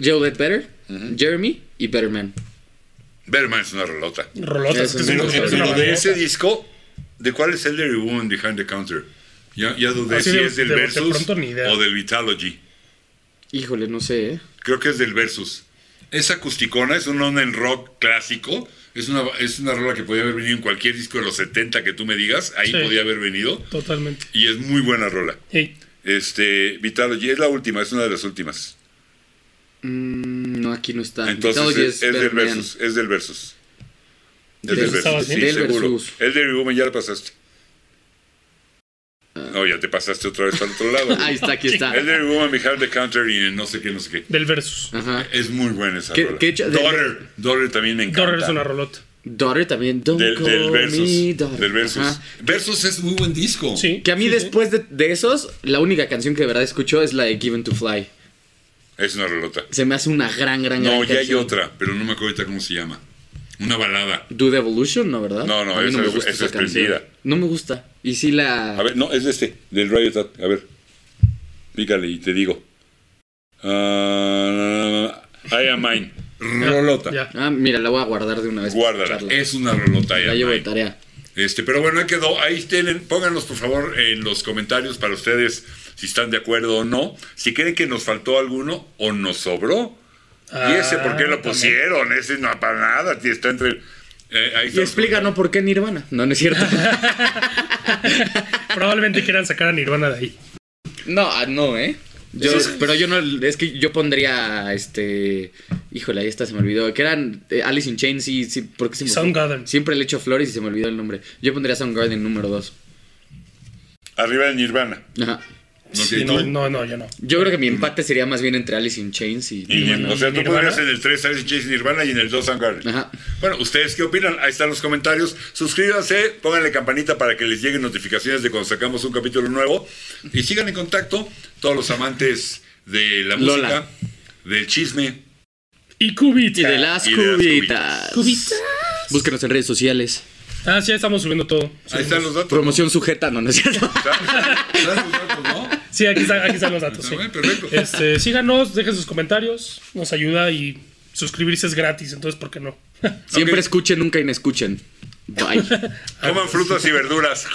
B: Joe Let Better, Jeremy y Better Man.
A: Berman es una relota.
C: Rolotas,
B: Sí,
C: que
B: es
C: son
A: Pero,
B: un-
C: rolotas,
B: es
C: una
A: pero de
C: bandota.
A: ese disco, ¿de cuál es Elderly Woman Behind the Counter? Ya, ya dudé
C: Así
A: si
C: Ah, de-
A: es del
C: de- de
A: Versus
C: pronto ni idea.
A: o del Vitalogy.
B: Híjole, no sé, ¿eh?
A: Creo que es del Versus. Es acusticona, es un on and rock clásico. Es una, es una rola que podía haber venido en cualquier disco de los 70 que tú me digas. Ahí
C: Sí.
A: podía haber venido.
C: Totalmente.
A: Y es muy buena rola.
C: Ey,
A: Este, Vitalogy es la última, es una de las últimas.
B: Mm, no, aquí no está.
A: Entonces
B: Vitalogy
A: es, es del
B: Better Man.
A: Versus. Es del Versus. Es del
B: Del Versus,
A: Versus.
C: ¿estabas
A: Sí,
B: bien? Del
A: seguro.
B: Versus.
A: Elderly Woman ya la pasaste. No, ya te pasaste otra vez para el otro lado.
B: Ah. Ahí está, aquí está.
A: Elderly Woman Behind the Counter y no sé qué, no sé qué.
C: del Versus.
B: Ajá.
A: Es muy buena esa
B: ¿Qué-
A: rola.
B: qué hecho- del-
A: Daughter. Daughter también me encanta.
C: Dorrer es una rolota.
B: Daughter también. Don't
A: del,
B: call
A: del
B: me
A: Versus.
B: daughter.
A: Del Versus.
B: Ajá.
A: Versus es muy buen disco.
C: Sí.
B: Que a mí
C: sí, sí.
B: después de, de esos, la única canción que de verdad escucho es la de Given to Fly.
A: Es una relota.
B: Se me hace una gran, gran, gran
A: No, ya hay
B: canción.
A: otra, pero no me acuerdo ahorita cómo se llama. Una balada.
B: Do the Evolution, ¿no, verdad?
A: No, no,
B: A mí
A: esa
B: me
A: es-
B: gusta
A: esa
B: esa
A: es
B: canción.
A: prendida.
B: No me gusta. Y sí la...
A: A ver, no, es de este, del Riot Act. A ver. Pícale y te digo. Ah, I am mine. Rolota.
C: Ya.
B: Ah, mira, la voy a guardar de una vez. para
A: Guárdala.
B: escucharla.
A: Es una rolota. I
B: La
A: am
B: llevo de
A: mine.
B: tarea.
A: Este, pero bueno, ahí quedó. Ahí tienen, pónganos por favor en los comentarios para ustedes si están de acuerdo o no, si creen que nos faltó alguno o nos sobró. y ese por qué lo
C: Ah,
A: pusieron, ese no para nada, tío, está entre eh, ahí
B: Y
A: está.
B: explícanos por qué Nirvana. No, no es cierto.
C: Probablemente quieran sacar a Nirvana de ahí.
B: no, ah, no, ¿eh? Yo, pero yo no, es que yo pondría, este, híjole, ahí está, se me olvidó, que eran eh, Alice in Chains y, sí, porque se me fue?
C: Soundgarden.
B: siempre le echo flores y se me olvidó el nombre. Yo pondría Soundgarden número 2.
A: arriba de Nirvana.
B: Ajá.
A: Ok,
C: Sí,
A: tú.
C: no, no, no, yo no.
B: Yo creo que mi empate sería más bien entre Alice in Chains y...
A: Y Nir-
B: Nirvana.
A: o sea, tú
C: Nirvana.
A: podrías en el 3 Alice in Chains Nirvana y en el 2 Soundgarden.
B: Ajá.
A: Bueno, ¿ustedes qué opinan? Ahí están los comentarios. Suscríbanse, pónganle campanita para que les lleguen notificaciones de cuando sacamos un capítulo nuevo. Y sigan en contacto todos los amantes de la música,
B: Lola.
A: del chisme.
C: Y Cubita.
B: Y de las
A: Y de las
B: cubitas.
C: Cubitas.
B: Búsquenos en redes sociales.
C: Ah, sí, estamos subiendo todo.
A: Ahí están los datos.
B: Promoción sujeta, no, no es cierto.
A: Están los datos, ¿no?
C: Sí, aquí, está- aquí están los datos. sí.
A: Está bien, perfecto.
C: Este, síganos, dejen sus comentarios, nos ayuda y suscribirse es gratis, entonces ¿por qué no?
B: Siempre
A: Ok.
B: escuchen, nunca inescuchen. Bye.
A: Coman frutas y verduras.